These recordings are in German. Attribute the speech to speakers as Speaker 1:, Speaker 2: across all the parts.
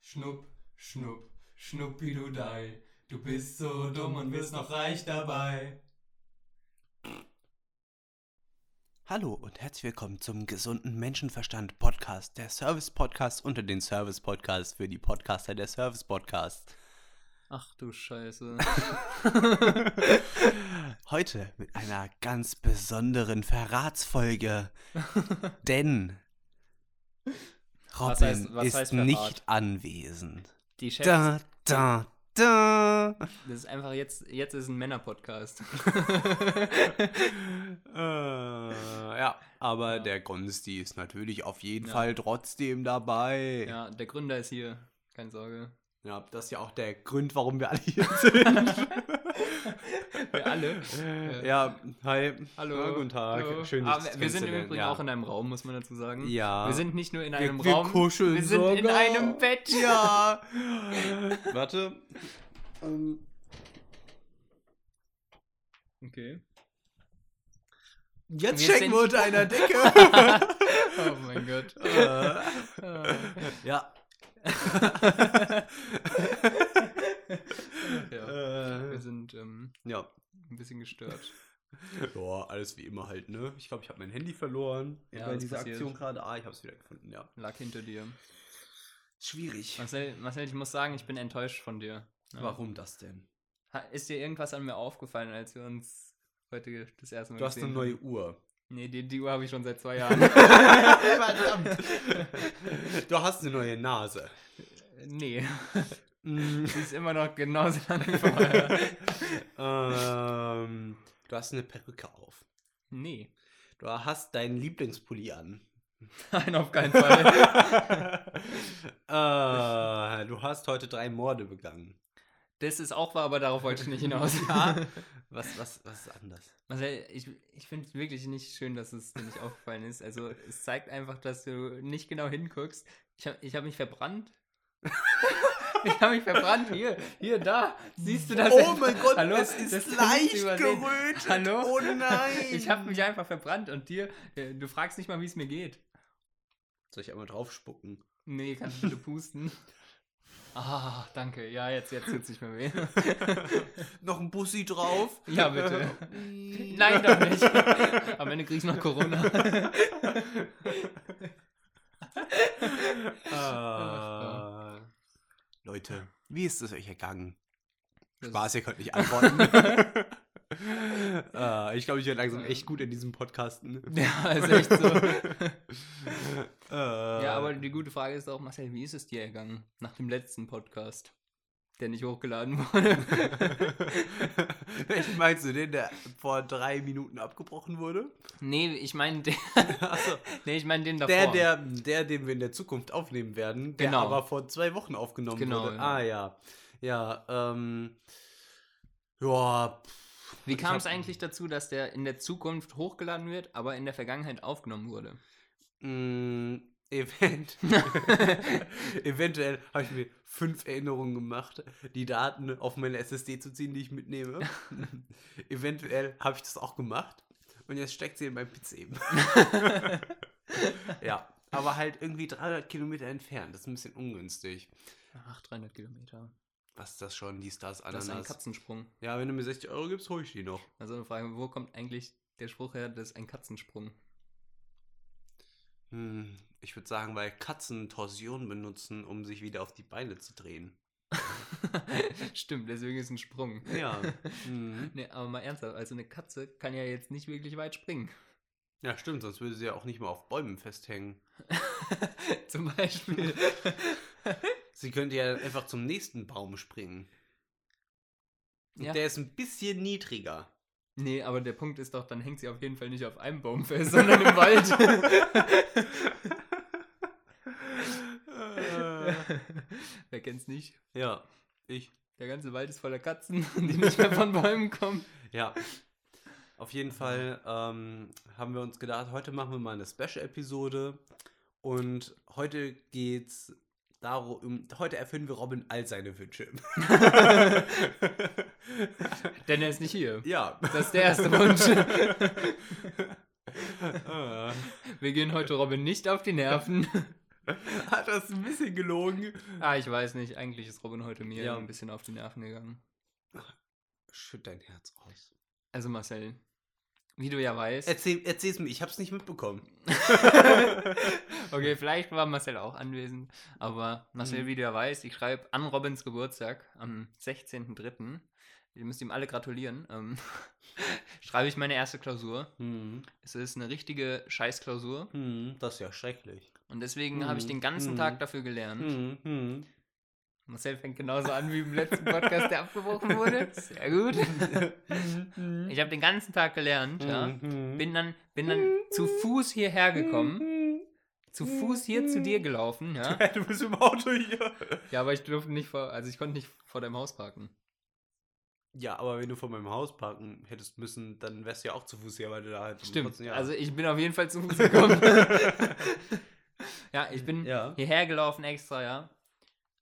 Speaker 1: Schnupp, schnupp, schnuppi du dei. Du bist so dumm und wirst noch reich dabei.
Speaker 2: Hallo und herzlich willkommen zum gesunden Menschenverstand Podcast, der Service Podcast unter den Service Podcasts für die Podcaster der Service Podcasts.
Speaker 3: Ach du Scheiße.
Speaker 2: Heute mit einer ganz besonderen Verratsfolge, denn Robin
Speaker 3: Was heißt- was
Speaker 2: ist
Speaker 3: heißt Verrat?
Speaker 2: nicht anwesend.
Speaker 3: Die Chefs,
Speaker 2: Da, da, da.
Speaker 3: das ist einfach jetzt, jetzt ist ein Männer-Podcast.
Speaker 2: Äh, ja, aber
Speaker 3: Ja.
Speaker 2: der Gonsti ist natürlich auf jeden
Speaker 3: Ja.
Speaker 2: Fall trotzdem dabei.
Speaker 3: ja, der Gründer ist hier. Keine Sorge.
Speaker 2: Ja, das ist ja auch der Grund, warum wir alle hier sind.
Speaker 3: Wir alle. Äh,
Speaker 2: ja, hi.
Speaker 3: Hallo.
Speaker 2: Ja, Ah, guten Tag.
Speaker 3: Hallo.
Speaker 2: Schön,
Speaker 3: ah,
Speaker 2: dich
Speaker 3: wir- Wir sind im
Speaker 2: kennenzulernen.
Speaker 3: Übrigen
Speaker 2: ja.
Speaker 3: auch in einem Raum, muss man dazu sagen.
Speaker 2: Ja.
Speaker 3: Wir sind nicht nur in einem
Speaker 2: wir
Speaker 3: Raum.
Speaker 2: kuscheln
Speaker 3: wir sind in
Speaker 2: sogar.
Speaker 3: einem Bett.
Speaker 2: Ja. Warte. Ähm,
Speaker 3: Okay.
Speaker 2: Jetzt
Speaker 3: Wir
Speaker 2: checken
Speaker 3: sind-
Speaker 2: wir unter einer Decke.
Speaker 3: Oh mein Gott. Ah.
Speaker 2: Äh, ja.
Speaker 3: ja. Wir
Speaker 2: Äh,
Speaker 3: sind ähm,
Speaker 2: ja.
Speaker 3: ein bisschen gestört.
Speaker 2: Ja, alles wie immer halt, ne? Ich glaube, ich habe mein Handy verloren.
Speaker 3: Ja,
Speaker 2: bei
Speaker 3: das
Speaker 2: dieser
Speaker 3: passiert.
Speaker 2: Aktion gerade. Ah, ich habe es wieder gefunden, ja.
Speaker 3: Lag hinter dir.
Speaker 2: Schwierig.
Speaker 3: Marcel, Marcel, ich muss sagen, ich bin enttäuscht von dir. Ja.
Speaker 2: Warum das denn?
Speaker 3: Ha- Ist dir irgendwas an mir aufgefallen, als wir uns heute das erste Mal
Speaker 2: Du hast eine
Speaker 3: gesehen
Speaker 2: neue
Speaker 3: haben?
Speaker 2: Uhr.
Speaker 3: Nee, die, die Uhr habe ich schon seit zwei Jahren.
Speaker 2: Verdammt. Du hast eine neue Nase.
Speaker 3: nee,
Speaker 2: Mm.
Speaker 3: die ist immer noch genauso lang wie vorher.
Speaker 2: ähm, du hast eine Perücke auf.
Speaker 3: Nee,
Speaker 2: Du hast deinen Lieblingspulli an.
Speaker 3: nein, auf keinen Fall.
Speaker 2: äh, du hast heute drei Morde begangen.
Speaker 3: Das ist auch wahr, aber darauf wollte ich nicht hinaus.
Speaker 2: Ja. Was, was, was ist anders?
Speaker 3: Marcel, Also, ich, ich finde es wirklich nicht schön, dass es dir nicht aufgefallen ist. Also, es zeigt einfach, dass du nicht genau hinguckst. Ich habe ich hab mich verbrannt. ich habe mich verbrannt. Hier, hier, da. Siehst du das?
Speaker 2: oh mein Gott,
Speaker 3: Hallo?
Speaker 2: es ist
Speaker 3: Das kannst du
Speaker 2: leicht
Speaker 3: übersehen.
Speaker 2: gerötet.
Speaker 3: Hallo?
Speaker 2: Oh nein.
Speaker 3: Ich habe mich einfach verbrannt und dir, äh, du fragst nicht mal, wie es mir geht.
Speaker 2: Soll ich einmal draufspucken?
Speaker 3: Nee, kannst du bitte pusten? Ah, danke. Ja, jetzt, jetzt sitze ich mir weh.
Speaker 2: Noch ein Bussi drauf?
Speaker 3: Ja, bitte.
Speaker 2: Nein,
Speaker 3: Nein, doch nicht. Am Ende krieg ich noch Corona.
Speaker 2: Äh, Leute, wie ist es euch ergangen?
Speaker 3: Das-
Speaker 2: Spaß, ihr könnt nicht antworten. äh, ich glaube, ich werde langsam echt gut in diesem Podcasten.
Speaker 3: Ja, ist echt so.
Speaker 2: äh,
Speaker 3: Ja, aber die gute Frage ist auch, Marcel, wie ist es dir ergangen nach dem letzten Podcast, der nicht hochgeladen wurde?
Speaker 2: Welchen meinst du, den, der vor drei Minuten abgebrochen wurde?
Speaker 3: nee, ich meine den,
Speaker 2: Achso,
Speaker 3: nee, ich mein den davor.
Speaker 2: der, der, der, den wir in der Zukunft aufnehmen werden, der
Speaker 3: Genau.
Speaker 2: aber vor zwei Wochen aufgenommen
Speaker 3: Genau,
Speaker 2: wurde.
Speaker 3: ja.
Speaker 2: Ah ja, ja, ähm, ja, pff,
Speaker 3: wie
Speaker 2: ich
Speaker 3: kam es
Speaker 2: hab-
Speaker 3: eigentlich dazu, dass der in der Zukunft hochgeladen wird, aber in der Vergangenheit aufgenommen wurde?
Speaker 2: Mm, event Eventuell habe ich mir fünf Erinnerungen gemacht, die Daten auf meine SSD zu ziehen, die ich mitnehme. Eventuell habe ich das auch gemacht und jetzt steckt sie in meinem PC. ja, aber halt irgendwie 300 Kilometer entfernt. Das ist ein bisschen ungünstig.
Speaker 3: Ach, 300 Kilometer.
Speaker 2: Was ist das schon? Die Stars
Speaker 3: Das ist ein
Speaker 2: Ananas.
Speaker 3: Katzensprung.
Speaker 2: ja, wenn du mir 60 Euro gibst, hole ich die noch.
Speaker 3: Also eine Frage, wo kommt eigentlich der Spruch her, das ist ein Katzensprung?
Speaker 2: Hm, ich würde sagen, weil Katzen Torsion benutzen, um sich wieder auf die Beine zu drehen.
Speaker 3: Stimmt, deswegen ist ein Sprung.
Speaker 2: Ja. Mhm.
Speaker 3: Nee, aber mal ernsthaft, also eine Katze kann ja jetzt nicht wirklich weit springen.
Speaker 2: Ja, stimmt, sonst würde sie ja auch nicht mal auf Bäumen festhängen.
Speaker 3: Zum Beispiel.
Speaker 2: Sie könnte ja einfach zum nächsten Baum springen. Und
Speaker 3: Ja.
Speaker 2: der ist ein bisschen niedriger.
Speaker 3: Nee, aber der Punkt ist doch, dann hängt sie auf jeden Fall nicht auf einem Baum fest, sondern im Wald. Wer kennt's nicht?
Speaker 2: ja, ich.
Speaker 3: Der ganze Wald ist voller Katzen, die nicht mehr von Bäumen kommen.
Speaker 2: Ja. Auf jeden Fall ähm, haben wir uns gedacht, heute machen wir mal eine Special-Episode. Und heute geht's darum, heute erfüllen wir Robin all seine Wünsche.
Speaker 3: Denn er ist nicht hier.
Speaker 2: ja.
Speaker 3: Das ist der erste Wunsch.
Speaker 2: Äh.
Speaker 3: Wir gehen heute Robin nicht auf die Nerven.
Speaker 2: Hat das ein bisschen gelogen?
Speaker 3: Ah, ich weiß nicht. Eigentlich ist Robin heute mir
Speaker 2: Ja.
Speaker 3: ein bisschen auf die Nerven gegangen.
Speaker 2: Schütt dein Herz aus.
Speaker 3: Also Marcel, wie du ja weißt.
Speaker 2: Erzähl, erzähl's mir, ich hab's nicht mitbekommen.
Speaker 3: okay, vielleicht war Marcel auch anwesend. Aber Marcel,
Speaker 2: Mhm.
Speaker 3: wie du ja weißt, ich schreibe an Robins Geburtstag am 16.03. Ihr müsst ihm alle gratulieren. Ähm, schreibe ich meine erste Klausur.
Speaker 2: Hm,
Speaker 3: Es ist eine richtige Scheißklausur.
Speaker 2: hm, das ist ja schrecklich.
Speaker 3: Und deswegen habe ich
Speaker 2: Mhm.
Speaker 3: den ganzen
Speaker 2: Mhm.
Speaker 3: Tag dafür gelernt.
Speaker 2: Hm, hm.
Speaker 3: Marcel fängt genauso an wie im letzten Podcast, der abgebrochen wurde. Sehr gut.
Speaker 2: Hm,
Speaker 3: Ich habe den ganzen Tag gelernt,
Speaker 2: Mhm.
Speaker 3: ja. Bin dann, bin dann zu Fuß hierher gekommen, zu Fuß hier zu dir gelaufen, ja.
Speaker 2: Hm, Du bist im Auto hier.
Speaker 3: Ja, aber ich durfte nicht vor, also ich konnte nicht vor deinem Haus parken.
Speaker 2: Ja, aber wenn du vor meinem Haus parken hättest müssen, dann wärst du ja auch zu Fuß hier, weil du da halt.
Speaker 3: Stimmt.
Speaker 2: Ja.
Speaker 3: Also ich bin auf jeden Fall zu Fuß gekommen. ja, ich bin
Speaker 2: Ja.
Speaker 3: hierher gelaufen extra, ja.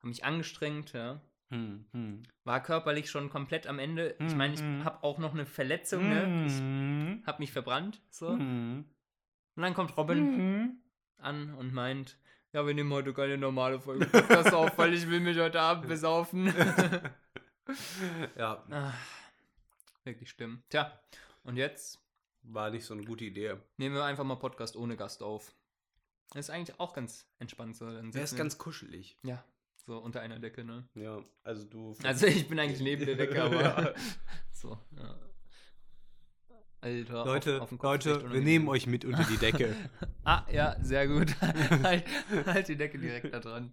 Speaker 3: Habe mich angestrengt, ja.
Speaker 2: Hm, hm.
Speaker 3: War körperlich schon komplett am Ende. Ich meine, ich
Speaker 2: Mhm.
Speaker 3: habe auch noch eine Verletzung, ne? Ich
Speaker 2: Hm,
Speaker 3: habe mich verbrannt, so.
Speaker 2: hm.
Speaker 3: Und dann kommt Robin
Speaker 2: Mhm.
Speaker 3: an und meint, ja, wir nehmen heute keine normale Folge Podcast auf, weil ich will mich heute Abend besaufen.
Speaker 2: Ja,
Speaker 3: Ah, Wirklich schlimm. Tja, und jetzt
Speaker 2: war nicht so eine gute Idee.
Speaker 3: nehmen wir einfach mal Podcast ohne Gast auf. Das ist eigentlich auch ganz entspannt so. Dann
Speaker 2: Der ist
Speaker 3: sitzen-
Speaker 2: ganz kuschelig.
Speaker 3: Ja, so unter einer Decke, ne?
Speaker 2: Ja, also du.
Speaker 3: Also ich bin eigentlich neben der Decke, aber
Speaker 2: Ja.
Speaker 3: so, ja. Alter,
Speaker 2: Leute,
Speaker 3: dem Kopf ist echt
Speaker 2: Leute, wir
Speaker 3: unangenehm.
Speaker 2: nehmen euch mit unter die Decke.
Speaker 3: Ah, ja, sehr gut. halt, halt die Decke direkt da dran.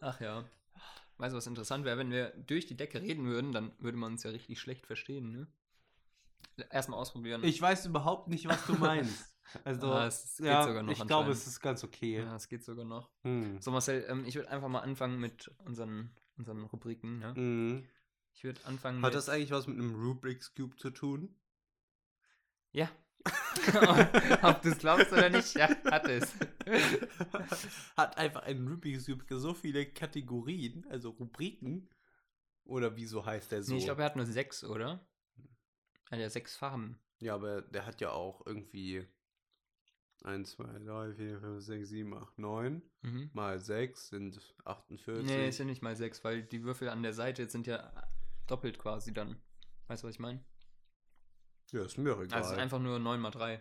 Speaker 3: Ach ja. Weißt du, was interessant wäre? Wenn wir durch die Decke reden würden, dann würde man uns ja richtig schlecht verstehen, ne? Erstmal ausprobieren.
Speaker 2: ich weiß überhaupt nicht, was du meinst. Also,
Speaker 3: Ah, es geht
Speaker 2: ja,
Speaker 3: sogar noch
Speaker 2: ich glaube,
Speaker 3: anscheinend.
Speaker 2: es ist ganz okay.
Speaker 3: ja, es geht sogar noch.
Speaker 2: Hm.
Speaker 3: So, Marcel, ähm, ich würde einfach mal anfangen mit unseren, unseren Rubriken, ne?
Speaker 2: Mhm.
Speaker 3: Ich würde anfangen
Speaker 2: Hat
Speaker 3: mit.
Speaker 2: das eigentlich was mit einem Rubik's Cube zu tun?
Speaker 3: Ja. Ob du es glaubst oder nicht, ja, hat es.
Speaker 2: Hat einfach ein Rubik's Cube so viele Kategorien, also Rubriken? Oder wieso heißt der so?
Speaker 3: Nee, ich glaube, er hat nur sechs, oder? Er hat ja sechs Farben.
Speaker 2: ja, aber der hat ja auch irgendwie 1, 2, 3, 4, 5, 6, 7, 8, 9
Speaker 3: Mhm.
Speaker 2: mal 6 sind 48.
Speaker 3: Nee, es sind nicht mal sechs, weil die Würfel an der Seite sind ja doppelt quasi dann. Weißt du, was ich meine?
Speaker 2: ja, ist mir auch egal.
Speaker 3: Also es ist einfach nur neun mal drei,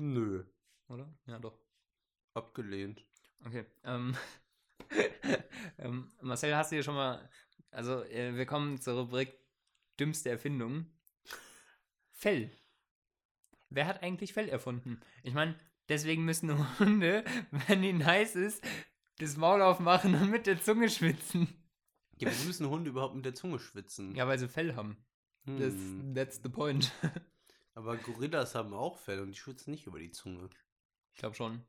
Speaker 2: Nö,
Speaker 3: oder? Ja, doch.
Speaker 2: abgelehnt.
Speaker 3: Okay. Ähm, ähm, Marcel, hast du hier schon mal. Also, äh, wir kommen zur Rubrik Dümmste Erfindung. Fell. Wer hat eigentlich Fell erfunden? Ich meine, deswegen müssen Hunde, wenn ihnen heiß ist, das Maul aufmachen und mit der Zunge schwitzen.
Speaker 2: Ja, wieso müssen Hunde überhaupt mit der Zunge schwitzen?
Speaker 3: Ja, weil sie Fell haben. Das,
Speaker 2: Hm.
Speaker 3: that's the point.
Speaker 2: Aber Gorillas haben auch Fell und die schwitzen nicht über die Zunge.
Speaker 3: Ich glaube schon.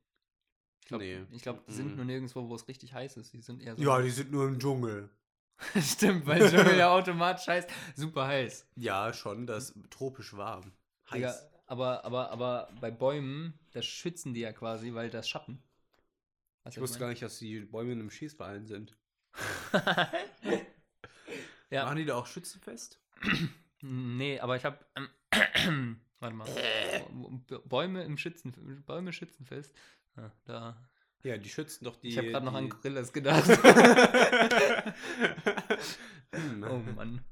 Speaker 3: Ich glaube,
Speaker 2: Nee.
Speaker 3: glaub, die sind
Speaker 2: Mhm.
Speaker 3: nur nirgendwo, wo es richtig heiß ist. Die sind eher so.
Speaker 2: Ja, die sind nur im Dschungel.
Speaker 3: Stimmt, weil Dschungel ja automatisch heißt, super heiß.
Speaker 2: Ja, schon, das ist tropisch warm.
Speaker 3: Digga,
Speaker 2: Heiß.
Speaker 3: aber, aber, aber bei Bäumen, das schützen die ja quasi, weil das Schatten. Weißt
Speaker 2: Ich
Speaker 3: du, was
Speaker 2: wusste gar nicht, dass die Bäume in einem Schießverein sind.
Speaker 3: meine? Ja.
Speaker 2: Machen die da auch Schützenfest?
Speaker 3: nee, aber ich habe. warte mal. Bäume im Schützen, Bäume schützen fest. Ja, da.
Speaker 2: Ja, die schützen doch die.
Speaker 3: Ich habe gerade noch
Speaker 2: die...
Speaker 3: an Gorillas gedacht.
Speaker 2: Hm.
Speaker 3: oh Mann.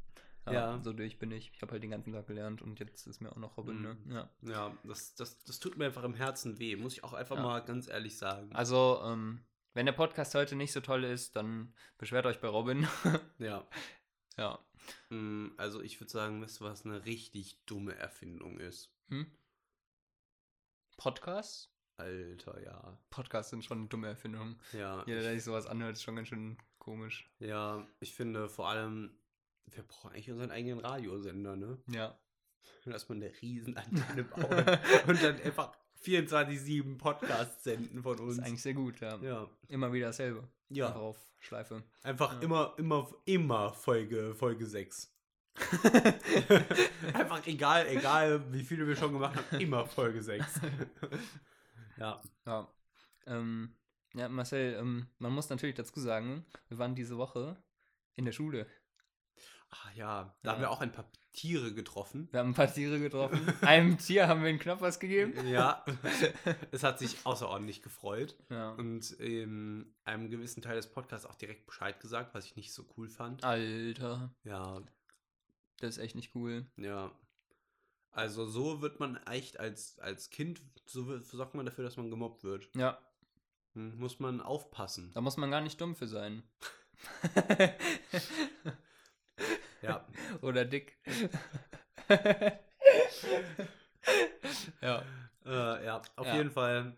Speaker 3: Ja,
Speaker 2: Ja.
Speaker 3: So durch bin ich. Ich habe halt den ganzen Tag gelernt und jetzt ist mir auch noch Robin,
Speaker 2: Mhm.
Speaker 3: ne? Ja.
Speaker 2: Ja, das, das, das tut mir einfach im Herzen weh, muss ich auch einfach
Speaker 3: Ja.
Speaker 2: mal ganz ehrlich sagen.
Speaker 3: Also, ähm, wenn der Podcast heute nicht so toll ist, dann beschwert euch bei Robin.
Speaker 2: Ja.
Speaker 3: ja.
Speaker 2: Hm, Also ich würde sagen, weißt du, was eine richtig dumme Erfindung ist?
Speaker 3: Hm? Podcasts?
Speaker 2: Alter, ja.
Speaker 3: Podcasts sind schon eine dumme Erfindung.
Speaker 2: Ja,
Speaker 3: Jeder,
Speaker 2: ich-
Speaker 3: der sich sowas anhört, ist schon ganz schön komisch.
Speaker 2: ja ich finde vor allem, wir brauchen eigentlich unseren eigenen Radiosender, ne?
Speaker 3: Ja.
Speaker 2: dass man eine Riesenantenne baut und dann einfach 24-7 Podcasts senden von
Speaker 3: Ist
Speaker 2: uns.
Speaker 3: eigentlich sehr gut, ja.
Speaker 2: Ja,
Speaker 3: Immer wieder dasselbe. Einfach
Speaker 2: ja.
Speaker 3: auf Schleife.
Speaker 2: Einfach
Speaker 3: Ja.
Speaker 2: immer, immer, immer Folge, Folge 6. einfach egal, egal wie viele wir schon gemacht haben, immer Folge 6. ja.
Speaker 3: Ja. Ähm, ja, Marcel, ähm, man muss natürlich dazu sagen, wir waren diese Woche in der Schule.
Speaker 2: Ah ja, da haben
Speaker 3: Ja.
Speaker 2: wir auch ein paar Tiere getroffen.
Speaker 3: Wir haben ein paar Tiere getroffen. Einem Tier haben wir einen Knopf was gegeben.
Speaker 2: Ja, es hat sich außerordentlich gefreut
Speaker 3: Ja.
Speaker 2: und ähm, einem gewissen Teil des Podcasts auch direkt Bescheid gesagt, was ich nicht so cool fand.
Speaker 3: Ah. Alter,
Speaker 2: Ja,
Speaker 3: das ist echt nicht cool.
Speaker 2: ja. Also so wird man echt als, als Kind, so wird- sorgt man dafür, dass man gemobbt wird.
Speaker 3: Ja,
Speaker 2: Hm, Muss man aufpassen.
Speaker 3: da muss man gar nicht dumm für sein.
Speaker 2: Ja,
Speaker 3: Oder dick. ja.
Speaker 2: äh, ja auf
Speaker 3: Ja.
Speaker 2: jeden Fall.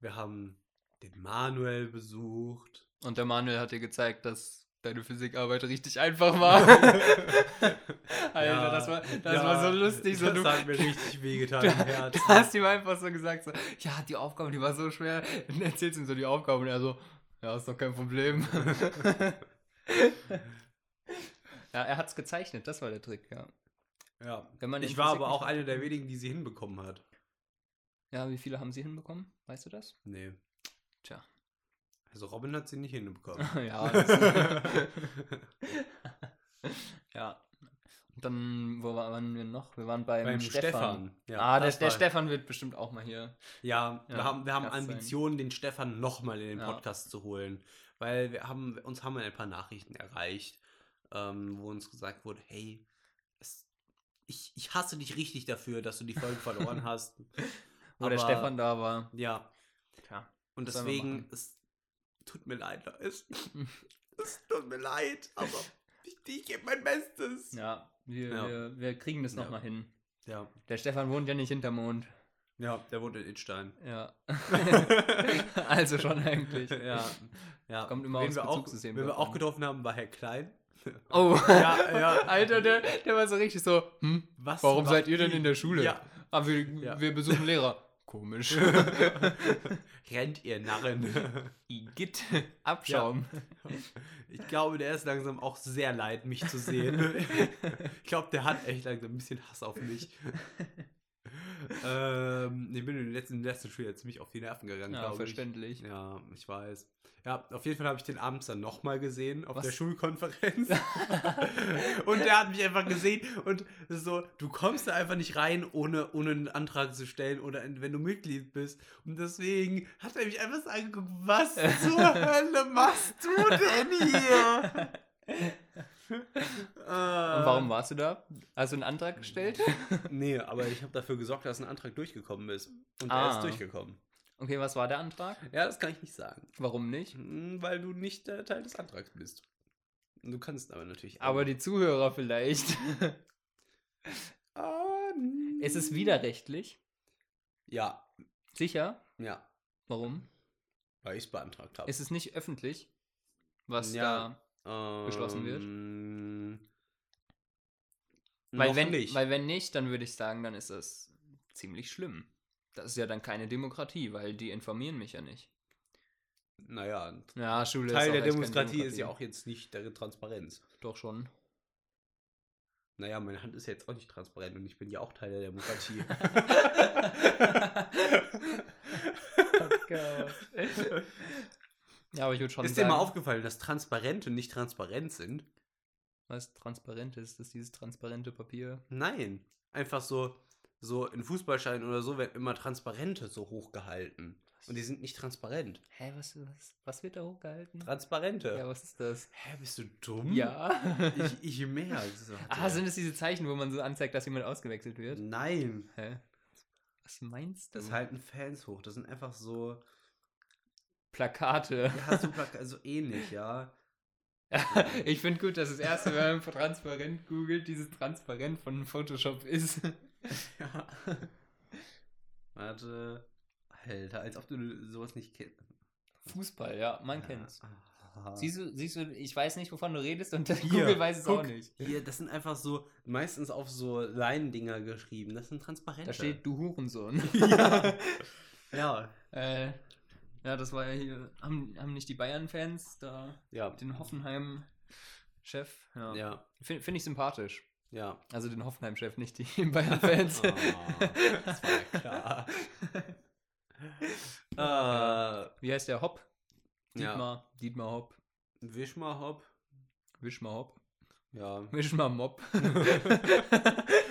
Speaker 2: Wir haben den Manuel besucht.
Speaker 3: Und der Manuel hat dir gezeigt, dass deine Physikarbeit richtig einfach war. Alter,
Speaker 2: Ja,
Speaker 3: das, war, das
Speaker 2: ja,
Speaker 3: war so lustig. So
Speaker 2: das
Speaker 3: du,
Speaker 2: hat mir richtig wehgetan
Speaker 3: du,
Speaker 2: im Herzen.
Speaker 3: du hast ihm einfach so gesagt, so, ja, die Aufgabe, die war so schwer. Und erzählst ihm so die Aufgabe und er so, ja, ist doch kein Problem. ja, er hat's gezeichnet, das war der Trick, ja.
Speaker 2: Ja.
Speaker 3: Wenn man in
Speaker 2: ich war
Speaker 3: Physik
Speaker 2: aber
Speaker 3: nicht-
Speaker 2: auch eine der wenigen, die sie hinbekommen hat.
Speaker 3: Ja, wie viele haben sie hinbekommen? Weißt du das?
Speaker 2: Nee.
Speaker 3: Tja.
Speaker 2: Also Robin hat sie nicht hinbekommen.
Speaker 3: ja, das ja. Und dann, wo waren wir noch? Wir waren beim,
Speaker 2: Beim
Speaker 3: Ähm, Stefan.
Speaker 2: Ja,
Speaker 3: ah, der,
Speaker 2: das
Speaker 3: der
Speaker 2: war-
Speaker 3: Stefan wird bestimmt auch mal hier.
Speaker 2: Ja, wir
Speaker 3: Ja,
Speaker 2: haben, wir haben
Speaker 3: kann's sein.
Speaker 2: Ambitionen, den Stefan nochmal in den
Speaker 3: Ja.
Speaker 2: Podcast zu holen. Weil wir haben, uns haben ein paar Nachrichten erreicht, ähm, wo uns gesagt wurde, hey, es, ich, ich hasse dich richtig dafür, dass du die Folge verloren hast.
Speaker 3: Wo der
Speaker 2: Aber-
Speaker 3: Stefan da war.
Speaker 2: Ja,
Speaker 3: Tja.
Speaker 2: Und
Speaker 3: Sollen wir
Speaker 2: deswegen,
Speaker 3: machen.
Speaker 2: es tut mir leid, es, es tut mir leid, aber ich, ich gebe mein Bestes.
Speaker 3: Ja, wir,
Speaker 2: Ja.
Speaker 3: Wir, wir kriegen das
Speaker 2: Ja.
Speaker 3: nochmal hin.
Speaker 2: ja,
Speaker 3: Der Stefan wohnt ja nicht hinterm Mond.
Speaker 2: ja, der wohnt in Itstein.
Speaker 3: Ja. also schon eigentlich.
Speaker 2: ja, ja.
Speaker 3: Kommt immer
Speaker 2: wen
Speaker 3: aufs
Speaker 2: wir auch,
Speaker 3: Bezugssystem
Speaker 2: Wen wir
Speaker 3: drauf
Speaker 2: auch
Speaker 3: an.
Speaker 2: getroffen haben, war Herr Klein.
Speaker 3: Oh,
Speaker 2: Ja, ja.
Speaker 3: Alter, der, der war so richtig so, hm,
Speaker 2: Was
Speaker 3: warum
Speaker 2: macht
Speaker 3: seid ihr denn in der Schule?
Speaker 2: Ja.
Speaker 3: Ah, wir,
Speaker 2: Ja.
Speaker 3: wir besuchen Lehrer. Komisch.
Speaker 2: Rennt ihr Narren.
Speaker 3: Igitt. Abschaum.
Speaker 2: Ich glaube, der ist langsam auch sehr leid, mich zu sehen. Ich glaube, der hat echt langsam ein bisschen Hass auf mich. ähm, ich bin in den letzten, in den letzten Schülern ziemlich auf die Nerven gegangen,
Speaker 3: Ja,
Speaker 2: glaube ich.
Speaker 3: verständlich.
Speaker 2: Ja, ich weiß. Ja, auf jeden Fall habe ich den abends dann nochmal gesehen auf
Speaker 3: Was?
Speaker 2: der Schulkonferenz. und der hat mich einfach gesehen und so, du kommst da einfach nicht rein, ohne, ohne einen Antrag zu stellen oder in- wenn du Mitglied bist. Und deswegen hat er mich einfach so angeguckt, was zur Hölle machst du denn hier? Äh, Und
Speaker 3: Und warum warst du da? Hast du einen Antrag
Speaker 2: Hm.
Speaker 3: gestellt?
Speaker 2: Nee, aber ich habe dafür gesorgt, dass ein Antrag durchgekommen ist. Und er
Speaker 3: Ah.
Speaker 2: ist durchgekommen.
Speaker 3: Okay, was war der Antrag?
Speaker 2: Ja, das kann ich nicht sagen.
Speaker 3: Warum nicht?
Speaker 2: Hm, Weil du nicht äh, Teil des Antrags bist. Du kannst aber natürlich.
Speaker 3: Aber die Zuhörer vielleicht.
Speaker 2: Ah, n-
Speaker 3: es ist widerrechtlich.
Speaker 2: Ja,
Speaker 3: Sicher?
Speaker 2: ja,
Speaker 3: Warum?
Speaker 2: weil ich es beantragt habe.
Speaker 3: Ist es nicht öffentlich, was
Speaker 2: Ja.
Speaker 3: da.
Speaker 2: Ähm,
Speaker 3: beschlossen wird? Weil
Speaker 2: noch
Speaker 3: wenn,
Speaker 2: nicht.
Speaker 3: weil wenn nicht, dann würde ich sagen, dann ist das ziemlich schlimm. Das ist ja dann keine Demokratie, weil die informieren mich ja nicht.
Speaker 2: naja, ein
Speaker 3: Ja, Schule
Speaker 2: Teil
Speaker 3: ist
Speaker 2: der
Speaker 3: echt keine
Speaker 2: Demokratie ist ja auch jetzt nicht der Transparenz.
Speaker 3: Doch schon.
Speaker 2: Naja, meine Hand ist jetzt auch nicht transparent und ich bin ja auch Teil der Demokratie.
Speaker 3: ja, aber ich würde schon
Speaker 2: ist dir
Speaker 3: sagen,
Speaker 2: mal aufgefallen, dass transparent und nicht transparent sind?
Speaker 3: was transparent ist, ist dieses transparente Papier.
Speaker 2: Nein. Einfach so, so in Fußballscheinen oder so werden immer Transparente so hochgehalten. Und die sind nicht transparent.
Speaker 3: Hä, was, was, was wird da hochgehalten?
Speaker 2: Transparente.
Speaker 3: ja, was ist das?
Speaker 2: Hä, bist du dumm?
Speaker 3: Ja.
Speaker 2: Ich, ich merke es.
Speaker 3: ah, sind es diese Zeichen, wo man so anzeigt, dass jemand ausgewechselt wird?
Speaker 2: Nein.
Speaker 3: Hä? Was meinst du?
Speaker 2: Hm. Das halten Fans hoch. Das sind einfach so.
Speaker 3: Plakate.
Speaker 2: Ja, so, plak- so ähnlich, ja.
Speaker 3: ich finde gut, dass das erste, wenn man transparent googelt, dieses transparent von Photoshop ist.
Speaker 2: ja. Warte. Alter, als ob du sowas nicht kennst.
Speaker 3: Fußball, ja, man
Speaker 2: Ja.
Speaker 3: kennt's.
Speaker 2: Aha.
Speaker 3: Siehst du, siehst du, ich weiß nicht, wovon du redest und
Speaker 2: Hier,
Speaker 3: Google weiß es auch
Speaker 2: guck.
Speaker 3: nicht.
Speaker 2: Hier, das sind einfach so, meistens auf so Leinendinger geschrieben. Das sind Transparente.
Speaker 3: Da steht, du Hurensohn.
Speaker 2: Ja. Ja.
Speaker 3: äh, ja, das war ja hier, haben, haben nicht die Bayern-Fans da
Speaker 2: Ja.
Speaker 3: den Hoffenheim-Chef? Ja.
Speaker 2: Ja.
Speaker 3: Finde find ich sympathisch.
Speaker 2: Ja.
Speaker 3: Also den Hoffenheim-Chef, nicht die Bayern-Fans.
Speaker 2: Oh. das Ah, war klar. äh,
Speaker 3: Wie heißt der Hopp?
Speaker 2: ja.
Speaker 3: Dietmar, Dietmar Hopp,
Speaker 2: Wischmar Hopp.
Speaker 3: Wischmar Hopp.
Speaker 2: Ja.
Speaker 3: Misch mal Mob.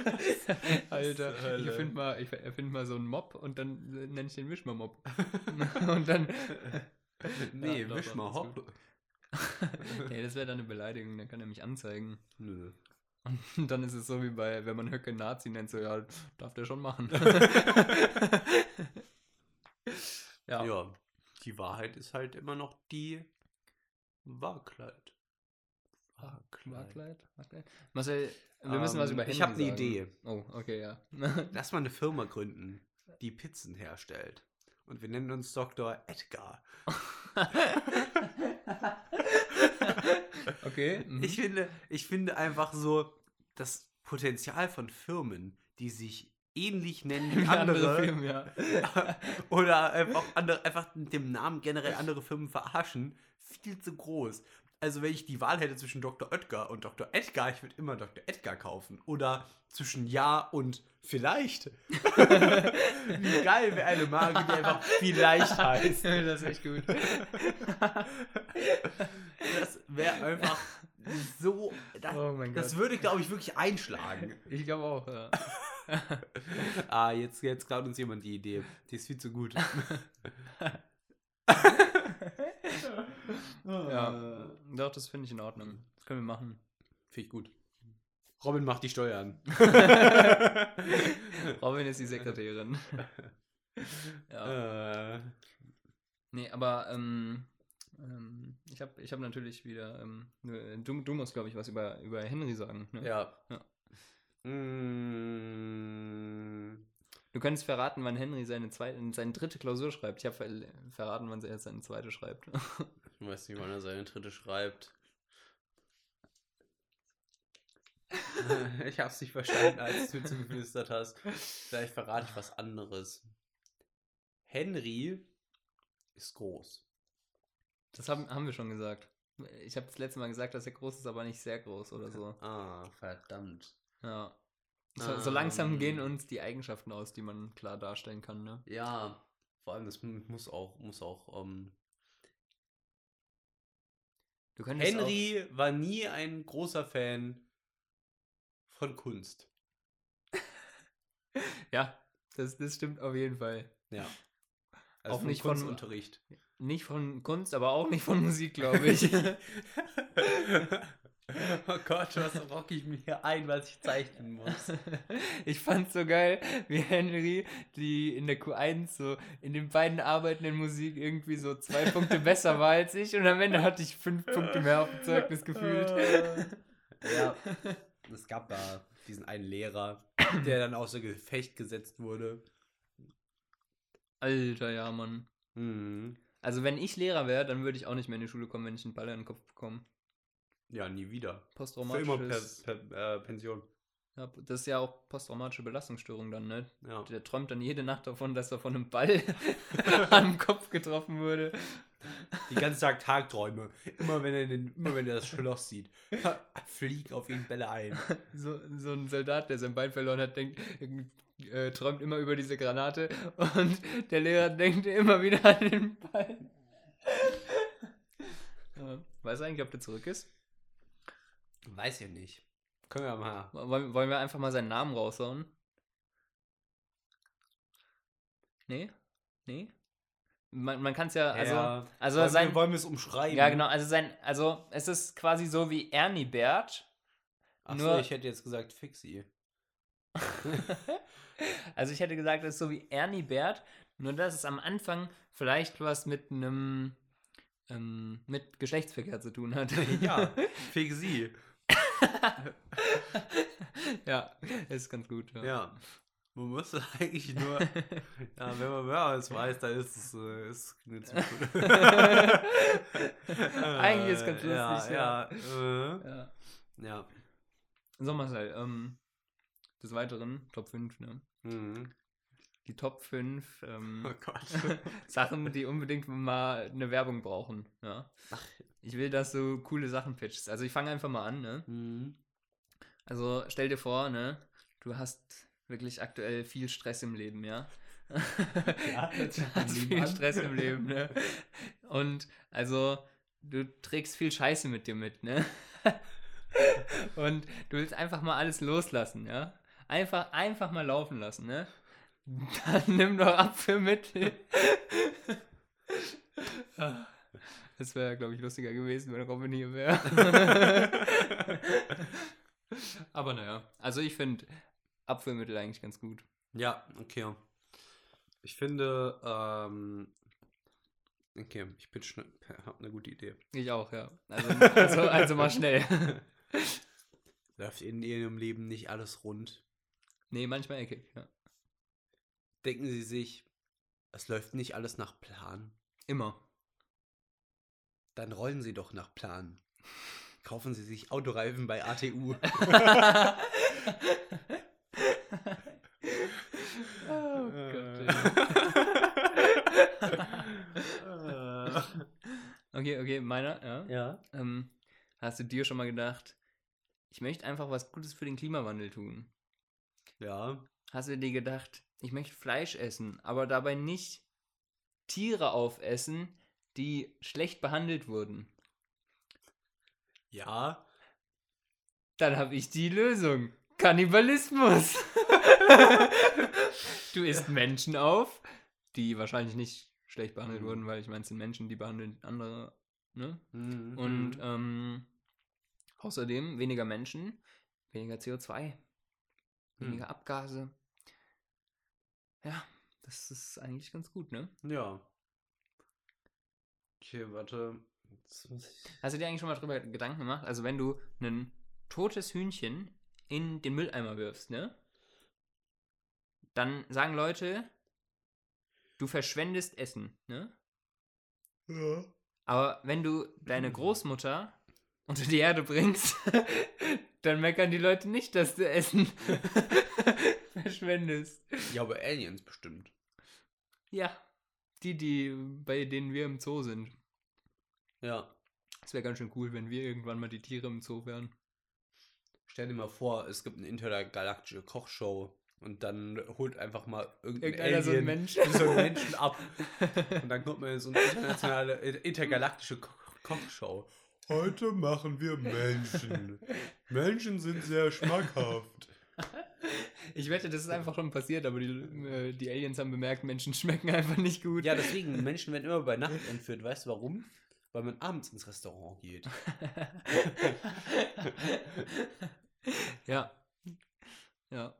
Speaker 3: Alter,
Speaker 2: Zur Hölle.
Speaker 3: ich erfinde mal, ich erfind mal so einen Mob und dann nenne ich den Misch mal Mob. und dann.
Speaker 2: nee,
Speaker 3: Ja, doch,
Speaker 2: wisch
Speaker 3: doch,
Speaker 2: mal
Speaker 3: ist
Speaker 2: hopp.
Speaker 3: Ey, das wäre dann eine Beleidigung, dann kann er mich anzeigen.
Speaker 2: Nö.
Speaker 3: Und dann ist es so wie bei, wenn man Höcke Nazi nennt, so, ja, darf der schon machen. ja.
Speaker 2: Ja. Die Wahrheit ist halt immer noch die Wahrkleid.
Speaker 3: Markleid? Markleid? Marcel, wir müssen was
Speaker 2: Ähm,
Speaker 3: über
Speaker 2: ich
Speaker 3: Henry
Speaker 2: hab ne
Speaker 3: sagen.
Speaker 2: Idee.
Speaker 3: Oh, okay, ja.
Speaker 2: Lass mal eine Firma gründen, die Pizzen herstellt. Und wir nennen uns Dr. Edgar.
Speaker 3: okay. mhm.
Speaker 2: Ich finde, ich finde einfach so das Potenzial von Firmen, die sich ähnlich nennen wie
Speaker 3: Wie
Speaker 2: andere,
Speaker 3: Filme, mhm. ja.
Speaker 2: oder einfach, andere, einfach mit dem Namen generell andere Firmen verarschen, viel zu groß. Also wenn ich die Wahl hätte zwischen Dr. Oetker und Dr. Edgar, ich würde immer Dr. Edgar kaufen. Oder zwischen Ja und Vielleicht. Wie geil wäre eine Marke, die einfach Vielleicht heißt.
Speaker 3: das ist echt gut.
Speaker 2: Das wäre einfach so... Das,
Speaker 3: Oh mein
Speaker 2: das würde, glaube ich, wirklich einschlagen.
Speaker 3: Ich glaube auch, ja.
Speaker 2: Ah, jetzt, jetzt klaut uns jemand die Idee. Die ist viel zu gut.
Speaker 3: ja.
Speaker 2: Äh.
Speaker 3: Doch, das finde ich in Ordnung. Das können wir machen.
Speaker 2: Finde ich gut. Robin macht die Steuern.
Speaker 3: Robin ist die Sekretärin. ja.
Speaker 2: Äh,
Speaker 3: Nee, aber ähm, ähm, ich habe ich hab natürlich wieder. Ähm, ne- du, du musst, glaube ich, was über, über Henry sagen. Ne?
Speaker 2: ja.
Speaker 3: Ja.
Speaker 2: Mm,
Speaker 3: Du könntest verraten, wann Henry seine, zweite, seine dritte Klausur schreibt. Ich habe ver verraten, wann er seine zweite schreibt.
Speaker 2: ich weiß nicht, wann er seine dritte schreibt. ich hab's nicht verstanden, als du zugeflüstert hast. Vielleicht verrate ich was anderes. Henry ist groß.
Speaker 3: Das haben, haben wir schon gesagt. Ich habe das letzte Mal gesagt, dass er groß ist, aber nicht sehr groß oder so.
Speaker 2: Ah, verdammt.
Speaker 3: Ja. So, so langsam
Speaker 2: Ähm.
Speaker 3: gehen uns die Eigenschaften aus, die man klar darstellen kann, ne?
Speaker 2: Ja, vor allem, das mu- muss auch, muss auch, ähm,
Speaker 3: Du könntest
Speaker 2: Henry war nie ein großer Fan von Kunst.
Speaker 3: Auch, ja, das, das stimmt auf jeden Fall.
Speaker 2: Ja.
Speaker 3: Also Auch nicht von-
Speaker 2: Kunstunterricht.
Speaker 3: Nicht von Kunst, aber auch nicht von Musik, glaube ich.
Speaker 2: oh Gott, was rocke ich mir hier ein, was ich zeichnen muss?
Speaker 3: Ich fand's so geil, wie Henry, die in der Q1 so in den beiden Arbeiten in Musik irgendwie so zwei Punkte besser war als ich und am Ende hatte ich fünf Punkte mehr auf dem Zeugnis gefühlt.
Speaker 2: ja, es gab da diesen einen Lehrer, der dann außer Gefecht gesetzt wurde.
Speaker 3: Alter, ja, Mann.
Speaker 2: Mhm.
Speaker 3: Also, wenn ich Lehrer wäre, dann würde ich auch nicht mehr in die Schule kommen, wenn ich einen Ball in den Kopf bekomme.
Speaker 2: Ja, nie wieder. Für immer per,
Speaker 3: Posttraumatisches.
Speaker 2: per, äh, Pension.
Speaker 3: Ja, das ist ja auch posttraumatische Belastungsstörung dann, ne?
Speaker 2: Ja.
Speaker 3: Der träumt dann jede Nacht davon, dass er von einem Ball am Kopf getroffen wurde.
Speaker 2: Die ganze Tag Tagträume. Immer wenn er, den, immer wenn er das Schloss sieht, fliegen auf ihn Bälle ein.
Speaker 3: So, so ein Soldat, der sein Bein verloren hat, denkt, äh, träumt immer über diese Granate und der Lehrer denkt immer wieder an den Ball. Ja. Weiß eigentlich, ob der zurück ist?
Speaker 2: Weiß ich nicht. Können wir mal.
Speaker 3: Wollen, wollen wir einfach mal seinen Namen raushauen? Nee? Nee? Man, man kann es ja, also, also
Speaker 2: wollen,
Speaker 3: sein,
Speaker 2: wir, wollen wir es umschreiben?
Speaker 3: ja genau, also sein, also es ist quasi so wie Ernie Bert,
Speaker 2: Achso,
Speaker 3: Nur-
Speaker 2: ich hätte jetzt gesagt Fixie.
Speaker 3: Also ich hätte gesagt, das ist so wie Ernie Bert, nur dass es am Anfang vielleicht was mit einem ähm, mit Geschlechtsverkehr zu tun hat.
Speaker 2: Fixie.
Speaker 3: ja, das ist ganz gut. Ja.
Speaker 2: Ja. Man muss eigentlich nur. Ja, wenn man ja, es weiß, dann ist es äh, ist eine Zukunft.
Speaker 3: Eigentlich ist ganz
Speaker 2: Äh,
Speaker 3: lustig,
Speaker 2: Ja. Ja. Äh,
Speaker 3: Ja.
Speaker 2: ja.
Speaker 3: So Marcel, ähm, des Weiteren Top 5, ne?
Speaker 2: Mhm.
Speaker 3: Die Top 5 ähm,
Speaker 2: Oh Gott.
Speaker 3: Sachen, die unbedingt mal eine Werbung brauchen. Ja. Ich will, dass du coole Sachen pitchst. Also ich fange einfach mal an, ne?
Speaker 2: mhm.
Speaker 3: Also stell dir vor, ne, du hast wirklich aktuell viel Stress im Leben, ja.
Speaker 2: Ja, das
Speaker 3: du
Speaker 2: sieht man
Speaker 3: hast
Speaker 2: ihm
Speaker 3: viel
Speaker 2: an.
Speaker 3: Stress im Leben, ne? Und also, du trägst viel Scheiße mit dir mit, ne? Und du willst einfach mal alles loslassen, ja? Einfach, einfach mal laufen lassen, ne? Dann nimm doch Abführmittel. Ah, Das wäre, glaube ich, lustiger gewesen, wenn Robin hier wäre. Aber naja, also ich finde Abführmittel eigentlich ganz gut.
Speaker 2: Ja, okay. Ich finde, ähm, okay, ich bin schnell, hab eine gute Idee.
Speaker 3: Ich auch, ja. Also, also, also mal schnell.
Speaker 2: Läuft in ihrem Leben nicht alles rund?
Speaker 3: Nee, manchmal eckig, ja.
Speaker 2: Denken sie sich, es läuft nicht alles nach Plan?
Speaker 3: Immer.
Speaker 2: Dann rollen sie doch nach Plan. Kaufen sie sich Autoreifen bei ATU.
Speaker 3: Oh Okay, okay, meiner, ja.
Speaker 2: ja.
Speaker 3: Ähm, hast du dir schon mal gedacht, ich möchte einfach was Gutes für den Klimawandel tun?
Speaker 2: Ja.
Speaker 3: Hast du dir gedacht, ich möchte Fleisch essen, aber dabei nicht Tiere aufessen, die schlecht behandelt wurden?
Speaker 2: Ja.
Speaker 3: Dann habe ich die Lösung. Kannibalismus. du isst Menschen auf, die wahrscheinlich nicht schlecht behandelt
Speaker 2: Mhm.
Speaker 3: wurden, weil ich meine, es sind Menschen, die behandeln andere, ne?
Speaker 2: Mhm.
Speaker 3: Und ähm, außerdem weniger Menschen, weniger CO2,
Speaker 2: Mhm.
Speaker 3: weniger Abgase. Ja, das ist eigentlich ganz gut, ne?
Speaker 2: Ja. Okay, warte. Jetzt muss ich-
Speaker 3: Hast du dir eigentlich schon mal drüber Gedanken gemacht? Also wenn du ein totes Hühnchen in den Mülleimer wirfst, ne? Dann sagen Leute, du verschwendest Essen, ne?
Speaker 2: Ja.
Speaker 3: Aber wenn du deine Großmutter unter die Erde bringst, dann meckern die Leute nicht, dass du Essen verschwendest.
Speaker 2: ja, aber Aliens bestimmt.
Speaker 3: Ja, die, die bei denen wir im Zoo sind.
Speaker 2: Ja.
Speaker 3: Es wäre ganz schön cool, wenn wir irgendwann mal die Tiere im Zoo wären.
Speaker 2: Stell dir mal vor, es gibt eine intergalaktische Kochshow und dann holt einfach mal irgendein
Speaker 3: Irgendeiner
Speaker 2: Alien
Speaker 3: so ein Mensch.
Speaker 2: so einen Menschen ab. Und dann kommt man in so eine internationale, intergalaktische Ko Kochshow. Heute machen wir Menschen. Menschen sind sehr schmackhaft.
Speaker 3: Ich wette, das ist einfach schon passiert, aber die, äh, die Aliens haben bemerkt, Menschen schmecken einfach nicht gut.
Speaker 2: Ja, deswegen, Menschen werden immer bei Nacht entführt. Weißt du warum? Weil man abends ins Restaurant geht.
Speaker 3: ja. Ja.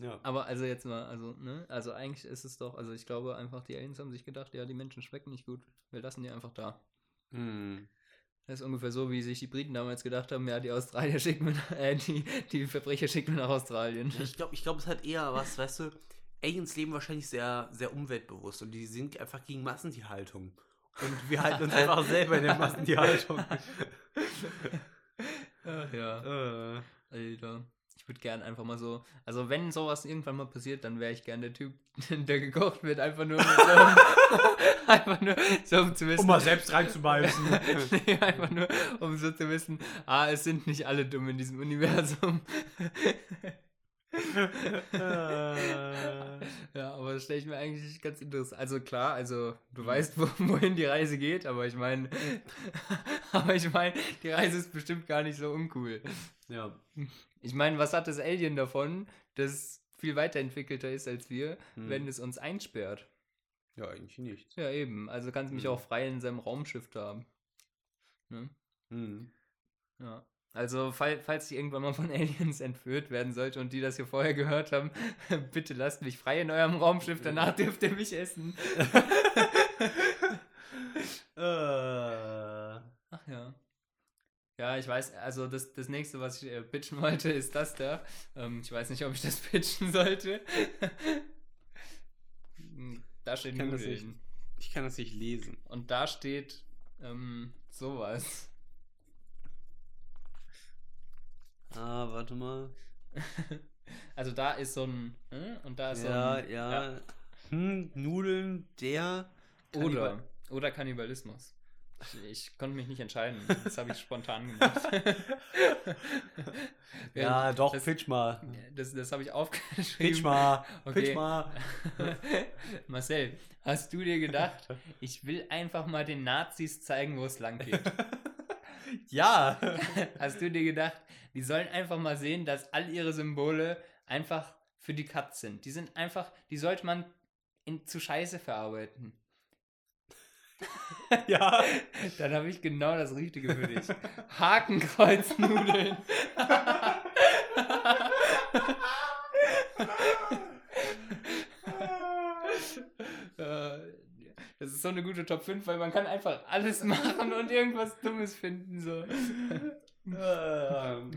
Speaker 2: Ja.
Speaker 3: Aber also jetzt mal, also, ne? Also eigentlich ist es doch, also ich glaube einfach, die Aliens haben sich gedacht, ja, die Menschen schmecken nicht gut. Wir lassen die einfach da.
Speaker 2: Hm.
Speaker 3: Das ist ungefähr so, wie sich die Briten damals gedacht haben, ja, die Australier schicken wir, nach- äh, die, die Verbrecher schicken wir nach Australien.
Speaker 2: Ja, Ich glaube, ich glaub, es hat eher was, weißt du, Aliens leben wahrscheinlich sehr, sehr umweltbewusst und die sind einfach gegen Massentierhaltung. Und wir halten uns einfach selber in der Massentierhaltung.
Speaker 3: Ach ja.
Speaker 2: äh,
Speaker 3: Alter. Ich würde gern einfach mal so, also wenn sowas irgendwann mal passiert, dann wäre ich gern der Typ, der gekocht wird, einfach nur, mit so einem, einfach nur so um zu wissen.
Speaker 2: um mal selbst reinzubeißen.
Speaker 3: nee, einfach nur, um so zu wissen, ah, es sind nicht alle dumm in diesem Universum.
Speaker 2: Äh,
Speaker 3: Ja, aber das stelle ich mir eigentlich ganz interessant. Also klar, also du weißt, wo, wohin die Reise geht, aber ich meine, aber ich meine, die Reise ist bestimmt gar nicht so uncool.
Speaker 2: ja.
Speaker 3: Ich meine, was hat das Alien davon, das viel weiterentwickelter ist als wir,
Speaker 2: Hm.
Speaker 3: wenn es uns einsperrt?
Speaker 2: ja, eigentlich nicht.
Speaker 3: Ja, eben. Also kann es mich
Speaker 2: Hm.
Speaker 3: auch frei in seinem Raumschiff da haben. Ne?
Speaker 2: Hm.
Speaker 3: Ja. Also, fall, falls ich irgendwann mal von Aliens entführt werden sollte und die das hier vorher gehört haben, bitte lasst mich frei in eurem Raumschiff, danach dürft ihr mich essen.
Speaker 2: Äh,
Speaker 3: Ach ja. Ja, ich weiß, also das, das nächste, was ich äh, pitchen wollte, ist das da. Ähm, ich weiß nicht, ob ich das pitchen sollte. Hm, da steht
Speaker 2: Ich kann das
Speaker 3: Nudeln.
Speaker 2: ich kann das nicht lesen.
Speaker 3: Und da steht ähm, sowas.
Speaker 2: Ah, warte mal.
Speaker 3: Also da ist so ein. Äh, und da ist
Speaker 2: ja,
Speaker 3: so ein.
Speaker 2: ja. Hm, Nudeln, der.
Speaker 3: Oder, oder Kannibalismus. Ich, ich konnte mich nicht entscheiden. Das habe ich spontan gemacht. Ähm,
Speaker 2: Ja, doch,
Speaker 3: das-
Speaker 2: pitch mal.
Speaker 3: Das, das habe ich aufgeschrieben.
Speaker 2: Pitch mal.
Speaker 3: Okay.
Speaker 2: Pitch mal.
Speaker 3: Marcel, hast du dir gedacht, ich will einfach mal den Nazis zeigen, wo es lang geht?
Speaker 2: Ja.
Speaker 3: Hast du dir gedacht, die sollen einfach mal sehen, dass all ihre Symbole einfach für die Katz sind. Die sind einfach, die sollte man in, zu Scheiße verarbeiten.
Speaker 2: ja.
Speaker 3: Dann habe ich genau das Richtige für dich. Hakenkreuznudeln. Äh, das ist so eine gute Top 5, weil man kann einfach alles machen und irgendwas Dummes finden. So.
Speaker 2: Ähm,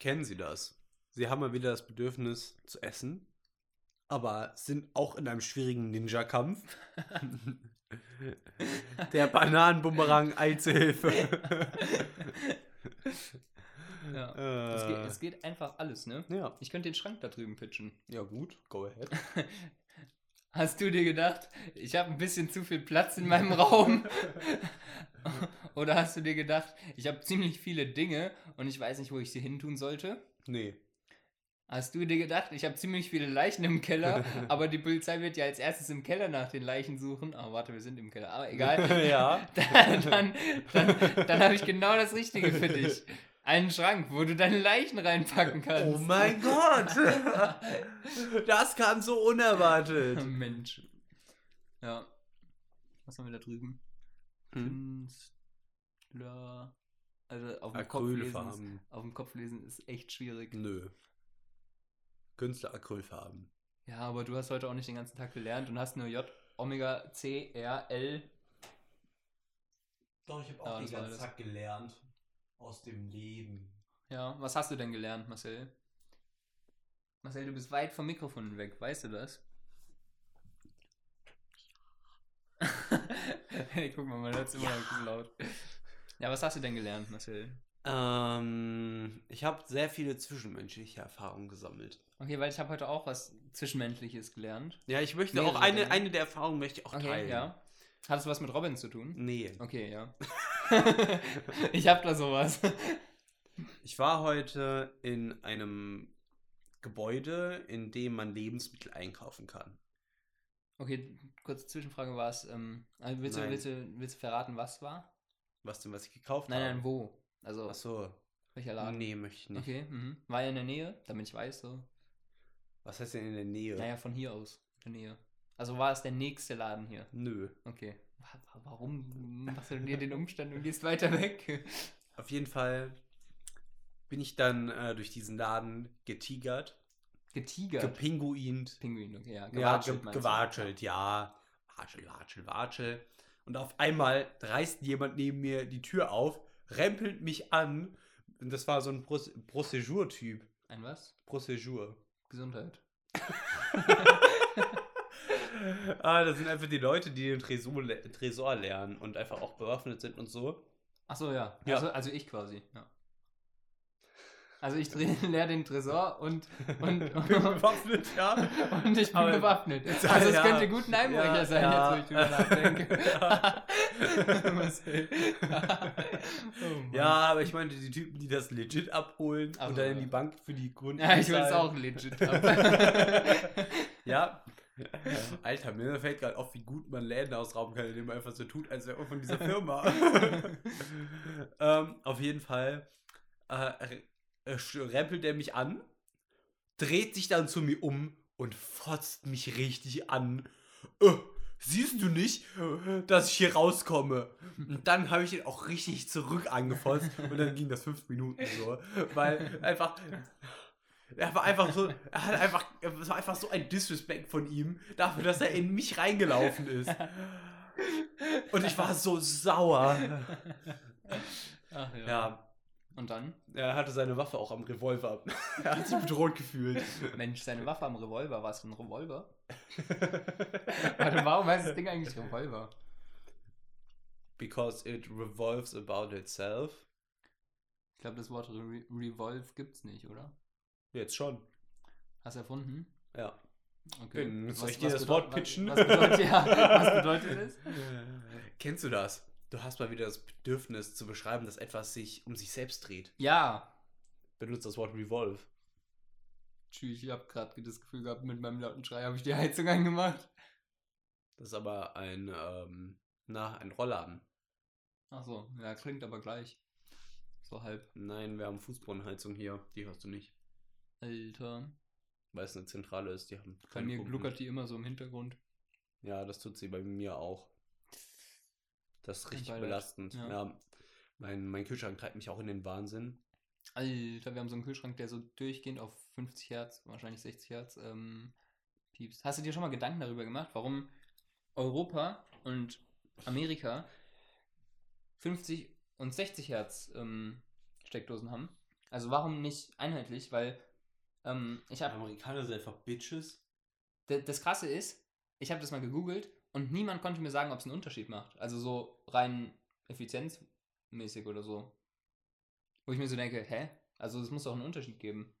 Speaker 2: Kennen Sie das? Sie haben mal wieder das Bedürfnis zu essen, aber sind auch in einem schwierigen Ninja-Kampf. Der Bananenbumerang eilt zur Hilfe.
Speaker 3: Ja. Es, geht,
Speaker 2: Äh,
Speaker 3: es geht einfach alles, ne?
Speaker 2: ja.
Speaker 3: Ich könnte den Schrank da drüben pitchen.
Speaker 2: ja, gut, go ahead.
Speaker 3: Hast du dir gedacht, ich habe ein bisschen zu viel Platz in meinem Raum? Oder hast du dir gedacht, ich habe ziemlich viele Dinge und ich weiß nicht, wo ich sie hintun sollte?
Speaker 2: Nee.
Speaker 3: Hast du dir gedacht, ich habe ziemlich viele Leichen im Keller, aber die Polizei wird ja als erstes im Keller nach den Leichen suchen. Ah, warte, wir sind im Keller, aber egal.
Speaker 2: ja.
Speaker 3: Dann, dann, dann, dann habe ich genau das Richtige für dich. Einen Schrank, wo du deine Leichen reinpacken kannst.
Speaker 2: Oh mein Gott! Das kam so unerwartet.
Speaker 3: Mensch. Ja. Was haben wir da drüben?
Speaker 2: Hm?
Speaker 3: Künstler. Also auf dem, Kopf lesen ist,
Speaker 2: Acrylfarben.
Speaker 3: auf dem Kopf lesen ist echt schwierig.
Speaker 2: Nö. Künstler Acrylfarben.
Speaker 3: Ja, aber du hast heute auch nicht den ganzen Tag gelernt und hast nur J, Omega, C, R, L.
Speaker 2: Doch, ich habe
Speaker 3: auch Ja, den das war ganzen alles. Tag
Speaker 2: gelernt. Aus dem Leben.
Speaker 3: Ja, was hast du denn gelernt, Marcel? Marcel, du bist weit vom Mikrofon weg, weißt du das? hey, guck mal, man hört es immer noch ein bisschen laut. Ja, was hast du denn gelernt, Marcel?
Speaker 2: Ähm, ich habe sehr viele zwischenmenschliche Erfahrungen gesammelt.
Speaker 3: Okay, weil ich habe heute auch was Zwischenmenschliches gelernt.
Speaker 2: Ja, ich möchte
Speaker 3: Mehrere
Speaker 2: auch eine,
Speaker 3: Dinge.
Speaker 2: eine der Erfahrungen möchte ich auch
Speaker 3: Okay,
Speaker 2: teilen.
Speaker 3: ja. Hat es was mit Robin zu tun?
Speaker 2: Nee.
Speaker 3: Okay, ja. ich hab da sowas.
Speaker 2: Ich war heute in einem Gebäude, in dem man Lebensmittel einkaufen kann.
Speaker 3: Okay, kurze Zwischenfrage war es. Ähm, also willst, du,
Speaker 2: Nein.
Speaker 3: willst, du, willst du verraten, was war?
Speaker 2: Was denn, was ich gekauft
Speaker 3: Nein,
Speaker 2: habe?
Speaker 3: nein, wo? Also,
Speaker 2: Achso.
Speaker 3: welcher Laden?
Speaker 2: Nee, möchte ich nicht.
Speaker 3: Okay, mhm. war ja in der Nähe, damit ich weiß, so.
Speaker 2: Was heißt denn in der Nähe?
Speaker 3: Naja, von hier aus, in der Nähe. Also war es der nächste Laden hier.
Speaker 2: Nö.
Speaker 3: Okay. Wa- wa- Warum machst du dir den Umstand und gehst weiter weg?
Speaker 2: Auf jeden Fall bin ich dann äh, durch diesen Laden getigert,
Speaker 3: Getigert.
Speaker 2: gepinguint,
Speaker 3: Pinguin, okay, ja.
Speaker 2: ja, ge
Speaker 3: meinst du?
Speaker 2: gewatschelt, ja. Watschel, watschel, watschel. Und auf einmal reißt jemand neben mir die Tür auf, rempelt mich an. Und das war so ein Proce- Procedure-Typ.
Speaker 3: Ein was?
Speaker 2: Procedure.
Speaker 3: Gesundheit.
Speaker 2: ah, das sind einfach die Leute, die den Tresor, le- Tresor lernen und einfach auch bewaffnet sind und so.
Speaker 3: Achso, ja.
Speaker 2: Ja.
Speaker 3: Also, also ich quasi, ja. Also ich drehe leer den Tresor und, und,
Speaker 2: Bin bewaffnet, ja.
Speaker 3: und ich bin
Speaker 2: Aber-
Speaker 3: bewaffnet.
Speaker 2: Jetzt-
Speaker 3: Also es
Speaker 2: ja.
Speaker 3: könnte gut ein Einbrecher
Speaker 2: Ja,
Speaker 3: sein,
Speaker 2: ja.
Speaker 3: jetzt wo ich drüber nachdenke.
Speaker 2: Ja.
Speaker 3: Marcel. oh Mann.
Speaker 2: Ja, aber ich meinte die Typen, die das legit abholen
Speaker 3: Ach so,
Speaker 2: und dann in
Speaker 3: ja.
Speaker 2: die Bank für die Kunden.
Speaker 3: Ja, ich will es
Speaker 2: zahlen.
Speaker 3: auch legit ab.
Speaker 2: Ja. Alter, mir fällt gerade auf, wie gut man Läden ausrauben kann, indem man einfach so tut, als wäre man von dieser Firma. ähm, auf jeden Fall äh, r- äh, sch- rempelt er mich an, dreht sich dann zu mir um und fotzt mich richtig an. Äh, siehst du nicht, dass ich hier rauskomme? Und dann habe ich ihn auch richtig zurück angefotzt und dann ging das fünf Minuten so, weil einfach er war einfach so, er hat einfach, es war einfach so ein Disrespect von ihm dafür, dass er in mich reingelaufen ist. Und ich war so sauer.
Speaker 3: Ach, ja.
Speaker 2: Ja,
Speaker 3: Und dann?
Speaker 2: er hatte seine Waffe auch am Revolver. Er hat sich bedroht gefühlt.
Speaker 3: Mensch, seine Waffe am Revolver. War es ein Revolver? Warte, warum heißt das Ding eigentlich Revolver?
Speaker 2: Because it revolves about itself.
Speaker 3: Ich glaube, das Wort Re Revolve gibt's nicht, oder?
Speaker 2: Jetzt schon.
Speaker 3: Hast du erfunden?
Speaker 2: Ja.
Speaker 3: Okay.
Speaker 2: Bin- soll ich dir das Wort
Speaker 3: bedeu-
Speaker 2: pitchen?
Speaker 3: Was, was, bedeutet, ja, was bedeutet es?
Speaker 2: Kennst du das? Du hast mal wieder das Bedürfnis zu beschreiben, dass etwas sich um sich selbst dreht.
Speaker 3: Ja.
Speaker 2: Benutzt das Wort Revolve.
Speaker 3: Tschüss, ich habe gerade das Gefühl gehabt, mit meinem lauten Schrei habe ich die Heizung angemacht.
Speaker 2: Das ist aber ein, ähm, na, ein Rollladen.
Speaker 3: Ach so, ja, klingt aber gleich. So halb.
Speaker 2: Nein, wir haben Fußbodenheizung hier. Die hast du nicht.
Speaker 3: Alter.
Speaker 2: Weil es eine zentrale ist. Die haben
Speaker 3: Bei
Speaker 2: keine
Speaker 3: mir
Speaker 2: Pumpen.
Speaker 3: gluckert die immer so im Hintergrund.
Speaker 2: Ja, das tut sie bei mir auch. Das ist
Speaker 3: Kann
Speaker 2: richtig
Speaker 3: sein,
Speaker 2: belastend.
Speaker 3: ja.
Speaker 2: Ja. Mein, mein Kühlschrank treibt mich auch in den Wahnsinn.
Speaker 3: Alter, wir haben so einen Kühlschrank, der so durchgehend auf 50 Hertz, wahrscheinlich 60 Hertz, ähm, piepst. Hast du dir schon mal Gedanken darüber gemacht, warum Europa und Amerika 50 und 60 Hertz ähm, Steckdosen haben? Also warum nicht einheitlich? Weil ähm, ich habe
Speaker 2: Amerikaner sind einfach Bitches.
Speaker 3: D- Das Krasse ist, ich habe das mal gegoogelt und niemand konnte mir sagen, ob es einen Unterschied macht. Also so rein effizienzmäßig oder so. Wo ich mir so denke, hä? Also es muss doch einen Unterschied geben.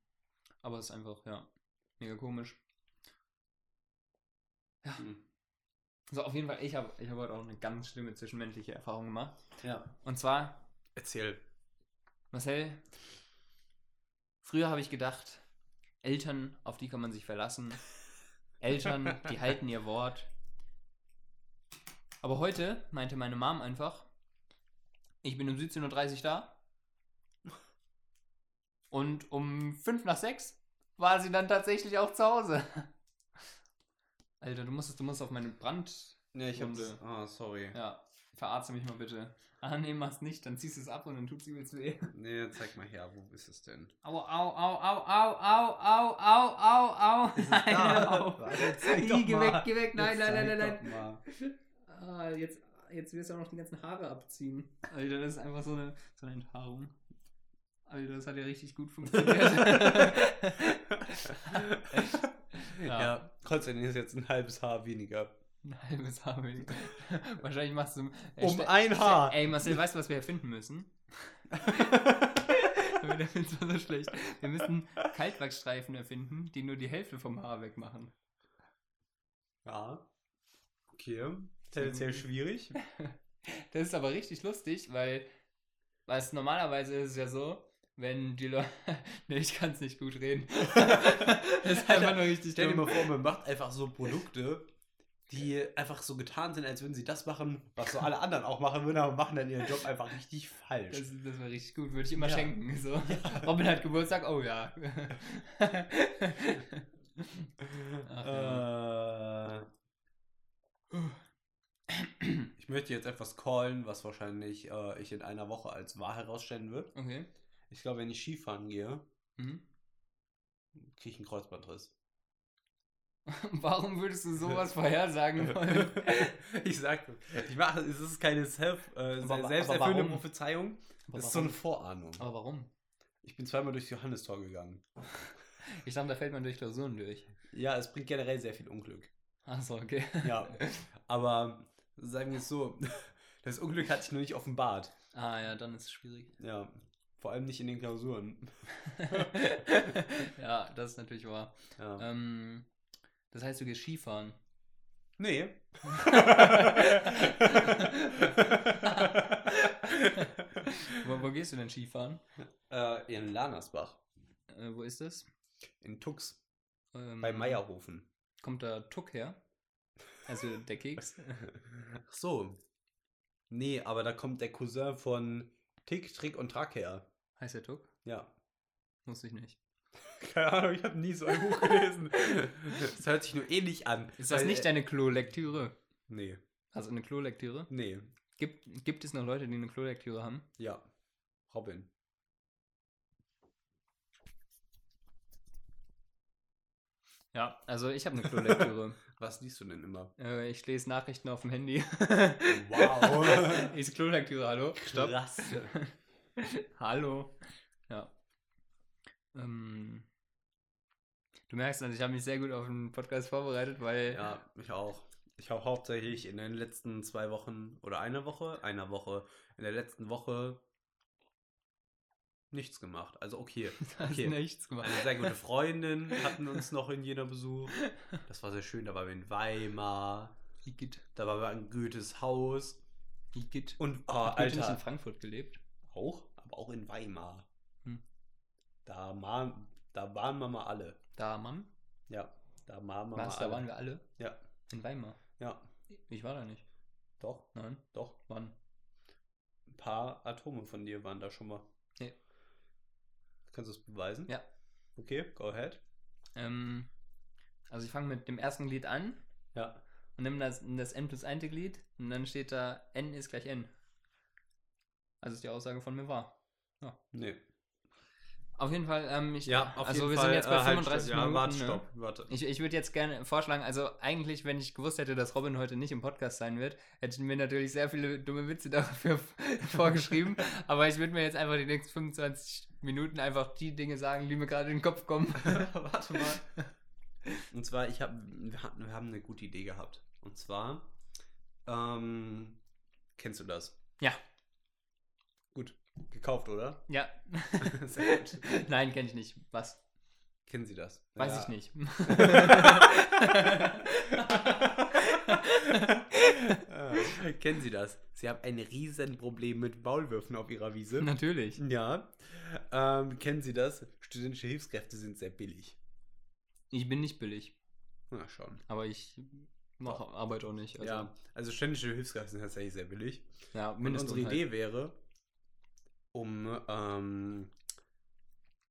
Speaker 3: Aber es ist einfach, ja, mega komisch.
Speaker 2: Hm.
Speaker 3: So, auf jeden Fall, ich habe ich hab heute auch eine ganz schlimme zwischenmenschliche Erfahrung gemacht.
Speaker 2: Ja.
Speaker 3: Und zwar,
Speaker 2: Erzähl.
Speaker 3: Marcel, früher habe ich gedacht, Eltern, auf die kann man sich verlassen. Eltern, die halten ihr Wort. Aber heute meinte meine Mom einfach, ich bin um 17.30 Uhr da. Und um 5 nach 6 war sie dann tatsächlich auch zu Hause. Alter, du musstest, du musst auf meine Brand.
Speaker 2: Ja, ich
Speaker 3: hab's-
Speaker 2: hab's. Ah, sorry.
Speaker 3: Ja, verarzte mich mal bitte. Ah, nee, mach's nicht, dann ziehst du es ab und dann tut's übelst weh.
Speaker 2: Nee, zeig mal her, wo ist es denn?
Speaker 3: Au, au, au, au, au, au, au, au, au, au.
Speaker 2: Ist es
Speaker 3: nein,
Speaker 2: da?
Speaker 3: hör auf.
Speaker 2: Warte, zeig
Speaker 3: Ih,
Speaker 2: doch
Speaker 3: geh
Speaker 2: mal.
Speaker 3: weg, geh weg. Nein, nein, nein, nein,
Speaker 2: Zeig
Speaker 3: nein.
Speaker 2: doch
Speaker 3: Ah, jetzt, jetzt wirst du auch noch die ganzen Haare abziehen. Alter, das ist einfach so eine, so eine Enthaarung. Alter, das hat ja richtig gut
Speaker 2: mal. ja.
Speaker 3: Ja.
Speaker 2: Konstantin ist jetzt ein halbes Haar weniger.
Speaker 3: Ein halbes Haar weniger. Wahrscheinlich machst du. äh,
Speaker 2: Um
Speaker 3: ste-
Speaker 2: ein
Speaker 3: ste-
Speaker 2: Haar.
Speaker 3: Ey, Marcel, weißt du, was wir erfinden müssen? Der Witz war so schlecht. Wir müssen Kaltwachsstreifen erfinden, die nur die Hälfte vom Haar wegmachen.
Speaker 2: Ja. Okay.
Speaker 3: Mhm.
Speaker 2: Tendenziell schwierig.
Speaker 3: Das ist aber richtig lustig, weil was normalerweise ist es ja so, wenn die Leute. ne, ich kann es nicht gut reden. das ist einfach nur richtig
Speaker 2: Stell dir
Speaker 3: dumm.
Speaker 2: mal vor, man macht einfach so Produkte, die einfach so getan sind, als würden sie das machen, was so alle anderen auch machen würden, aber machen dann ihren Job einfach richtig
Speaker 3: Das,
Speaker 2: falsch.
Speaker 3: das war richtig gut, würde ich immer
Speaker 2: Ja.
Speaker 3: schenken. So. Robin hat Geburtstag, oh ja. Ach,
Speaker 2: äh, ich möchte jetzt etwas callen, was wahrscheinlich äh, ich in einer Woche als wahr herausstellen wird.
Speaker 3: okay.
Speaker 2: Ich glaube, wenn ich Skifahren gehe,
Speaker 3: Mhm.
Speaker 2: kriege ich einen Kreuzbandriss.
Speaker 3: Warum würdest du sowas vorhersagen wollen?
Speaker 2: ich sag, ich mache, es ist keine self, äh,
Speaker 3: Aber- aber
Speaker 2: selbsterfüllende
Speaker 3: warum?
Speaker 2: Prophezeiung,
Speaker 3: Aber
Speaker 2: es ist so eine
Speaker 3: warum?
Speaker 2: Vorahnung.
Speaker 3: Aber warum?
Speaker 2: Ich bin zweimal durchs Johannistor gegangen.
Speaker 3: Ich dachte, da fällt man durch Klausuren durch.
Speaker 2: Ja, es bringt generell sehr viel Unglück.
Speaker 3: Achso, okay.
Speaker 2: Ja, aber sagen wir es so, das Unglück hat sich noch nicht offenbart.
Speaker 3: Ah ja, dann ist es schwierig.
Speaker 2: Ja, vor allem nicht in den Klausuren.
Speaker 3: ja, das ist natürlich wahr.
Speaker 2: Ja.
Speaker 3: Ähm, das heißt, du gehst Skifahren.
Speaker 2: Nee.
Speaker 3: Wo, wo gehst du denn Skifahren?
Speaker 2: äh, in Lanersbach,
Speaker 3: Äh, wo ist das?
Speaker 2: in Tux,
Speaker 3: Ähm,
Speaker 2: bei Meierhofen.
Speaker 3: Kommt da Tuck her? Also der Keks?
Speaker 2: Ach so. Nee, aber da kommt der Cousin von Tick, Trick und Track her.
Speaker 3: heißt der Tuck?
Speaker 2: Ja.
Speaker 3: Wusste ich nicht.
Speaker 2: Keine Ahnung, ich habe nie so ein Buch gelesen. Das hört sich nur ähnlich an.
Speaker 3: Ist das
Speaker 2: Weil- äh,
Speaker 3: nicht deine Klolektüre?
Speaker 2: Nee,
Speaker 3: Also eine Klolektüre?
Speaker 2: nee,
Speaker 3: Gibt, gibt es noch Leute, die eine Klolektüre haben?
Speaker 2: ja. Robin.
Speaker 3: Ja, also ich habe eine Klolektüre.
Speaker 2: Was liest du denn immer?
Speaker 3: äh, ich lese Nachrichten auf dem Handy.
Speaker 2: Wow.
Speaker 3: ist Klolektüre, hallo? Stopp.
Speaker 2: Krass.
Speaker 3: Hallo. Ja. Ähm, du merkst, also ich habe mich sehr gut auf den Podcast vorbereitet, weil
Speaker 2: Ja, ich auch. Ich habe hauptsächlich in den letzten zwei Wochen oder einer Woche, einer Woche, in der letzten Woche nichts gemacht. Also okay.
Speaker 3: du hast
Speaker 2: okay.
Speaker 3: nichts gemacht.
Speaker 2: Eine sehr gute Freundin hatten uns noch in Jena Besuch. Das war sehr schön. Da waren wir in Weimar.
Speaker 3: Igitt.
Speaker 2: Da waren wir an Goethes Haus.
Speaker 3: Igitt.
Speaker 2: Und, oh,
Speaker 3: Hat Goethe nicht in
Speaker 2: Alter.
Speaker 3: Frankfurt gelebt.
Speaker 2: Auch, aber auch in Weimar.
Speaker 3: Hm.
Speaker 2: Da, ma- da waren wir mal alle.
Speaker 3: Da, Mann.
Speaker 2: Ja, da waren wir
Speaker 3: Was,
Speaker 2: mal
Speaker 3: da waren wir
Speaker 2: alle.
Speaker 3: alle.
Speaker 2: Ja.
Speaker 3: In Weimar.
Speaker 2: Ja,
Speaker 3: Ich war da nicht.
Speaker 2: doch,
Speaker 3: Nein.
Speaker 2: doch.
Speaker 3: Wann?
Speaker 2: Ein paar Atome von dir waren da schon mal.
Speaker 3: Nee.
Speaker 2: Kannst du es beweisen?
Speaker 3: Ja.
Speaker 2: Okay, go ahead.
Speaker 3: Ähm, also ich fange mit dem ersten Glied an
Speaker 2: Ja.
Speaker 3: und nimm das, das n plus 1. Glied und dann steht da n ist gleich n. Also ist die Aussage von mir wahr.
Speaker 2: Nee.
Speaker 3: Auf jeden Fall, ähm, ich,
Speaker 2: Ja, auf
Speaker 3: also
Speaker 2: jeden
Speaker 3: wir
Speaker 2: Fall,
Speaker 3: sind jetzt bei
Speaker 2: äh, halt,
Speaker 3: 35
Speaker 2: Ja,
Speaker 3: Minuten.
Speaker 2: warte,
Speaker 3: ne?
Speaker 2: stopp, warte.
Speaker 3: Ich, ich würde jetzt gerne vorschlagen, also eigentlich, wenn ich gewusst hätte, dass Robin heute nicht im Podcast sein wird, hätten mir natürlich sehr viele dumme Witze dafür vorgeschrieben. aber ich würde mir jetzt einfach die nächsten 25 Minuten einfach die Dinge sagen, die mir gerade in den Kopf kommen.
Speaker 2: Warte mal. Und zwar, ich hab, wir, hatten, wir haben eine gute Idee gehabt. Und zwar, ähm, kennst du das?
Speaker 3: Ja.
Speaker 2: Gut. Gekauft, oder?
Speaker 3: ja.
Speaker 2: Sehr gut.
Speaker 3: Nein, kenne ich nicht. Was?
Speaker 2: Kennen Sie das?
Speaker 3: Weiß
Speaker 2: Ja.
Speaker 3: ich nicht.
Speaker 2: Äh, Kennen Sie das? Sie haben ein Riesenproblem mit Maulwürfen auf ihrer Wiese.
Speaker 3: Natürlich.
Speaker 2: Ja. Ähm, kennen Sie das? Studentische Hilfskräfte sind sehr billig.
Speaker 3: Ich bin nicht billig,
Speaker 2: Na schon.
Speaker 3: aber ich mache Arbeit auch nicht. Also,
Speaker 2: ja, also studentische Hilfskräfte sind tatsächlich sehr billig.
Speaker 3: ja
Speaker 2: Und unsere
Speaker 3: Mindestunterhalt.
Speaker 2: Idee wäre, um ähm,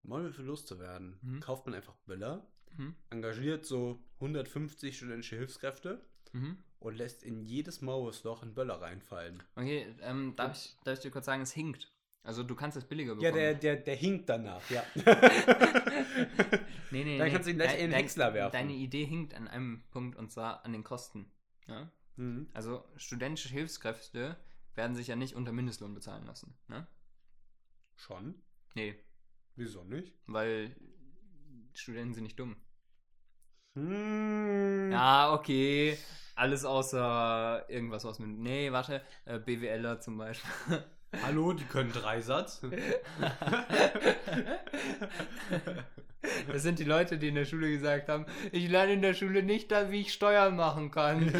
Speaker 2: Maulwürfe loszuwerden,
Speaker 3: Mhm.
Speaker 2: kauft man einfach Böller,
Speaker 3: Mhm.
Speaker 2: engagiert so 150 studentische Hilfskräfte
Speaker 3: Mhm.
Speaker 2: und lässt in jedes Maulwurfsloch einen Böller reinfallen.
Speaker 3: Okay, ähm, darf, ich, darf ich dir kurz sagen, es hinkt. Also du kannst es billiger bekommen.
Speaker 2: Ja, der, der, der hinkt danach, ja.
Speaker 3: nee, nee,
Speaker 2: dann
Speaker 3: nee.
Speaker 2: kannst du ihn gleich
Speaker 3: Dein-
Speaker 2: in
Speaker 3: dein-
Speaker 2: den Häcksler werfen.
Speaker 3: Deine Idee hinkt an einem Punkt und zwar an den Kosten. Ja?
Speaker 2: Mhm.
Speaker 3: Also studentische Hilfskräfte werden sich ja nicht unter Mindestlohn bezahlen lassen. Ne?
Speaker 2: Schon?
Speaker 3: Nee,
Speaker 2: Wieso nicht?
Speaker 3: weil Studenten sind nicht dumm.
Speaker 2: Hm.
Speaker 3: Ja, okay. Alles außer irgendwas, was mit. Nee, warte. Äh, BWLer zum Beispiel.
Speaker 2: Hallo, die können Dreisatz.
Speaker 3: Das sind die Leute, die in der Schule gesagt haben, ich lerne in der Schule nicht, da- wie ich Steuern machen kann.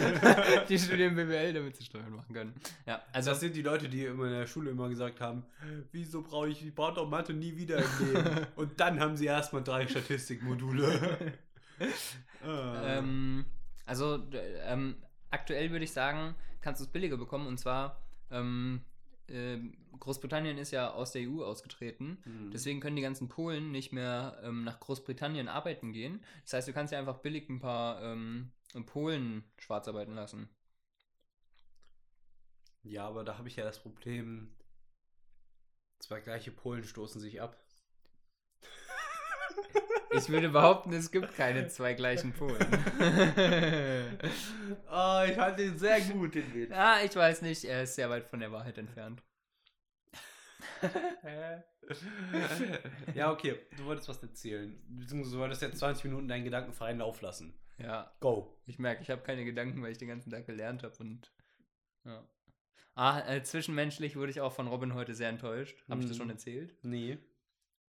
Speaker 3: die studieren BWL, damit sie Steuern machen können. Ja, also
Speaker 2: Das sind die Leute, die immer in der Schule immer gesagt haben, wieso brauche ich, ich brauche doch Mathe nie wieder im Leben. Und dann haben sie erstmal drei Statistikmodule. Äh,
Speaker 3: Ähm, also d- ähm, aktuell würde ich sagen, kannst du es billiger bekommen. Und zwar, ähm, ähm, Großbritannien ist ja aus der EU ausgetreten.
Speaker 2: Mhm.
Speaker 3: Deswegen können die ganzen Polen nicht mehr ähm, nach Großbritannien arbeiten gehen. Das heißt, du kannst ja einfach billig ein paar ähm, Polen schwarz arbeiten lassen.
Speaker 2: ja, aber da habe ich ja das Problem, zwei gleiche Polen stoßen sich ab.
Speaker 3: Ich würde behaupten, es gibt keine zwei gleichen Polen.
Speaker 2: Oh, ich fand den sehr gut, den Witz.
Speaker 3: ah, ich weiß nicht, er ist sehr weit von der Wahrheit entfernt.
Speaker 2: ja, okay, du wolltest was erzählen. Beziehungsweise du wolltest jetzt 20 Minuten deinen Gedanken freien Lauf lassen.
Speaker 3: Ja,
Speaker 2: Go.
Speaker 3: Ich merke, ich habe keine Gedanken, weil ich den ganzen Tag gelernt habe und ja. Ah, äh, zwischenmenschlich wurde ich auch von Robin heute sehr enttäuscht. Habe ich das
Speaker 2: Mhm.
Speaker 3: schon erzählt?
Speaker 2: Nee.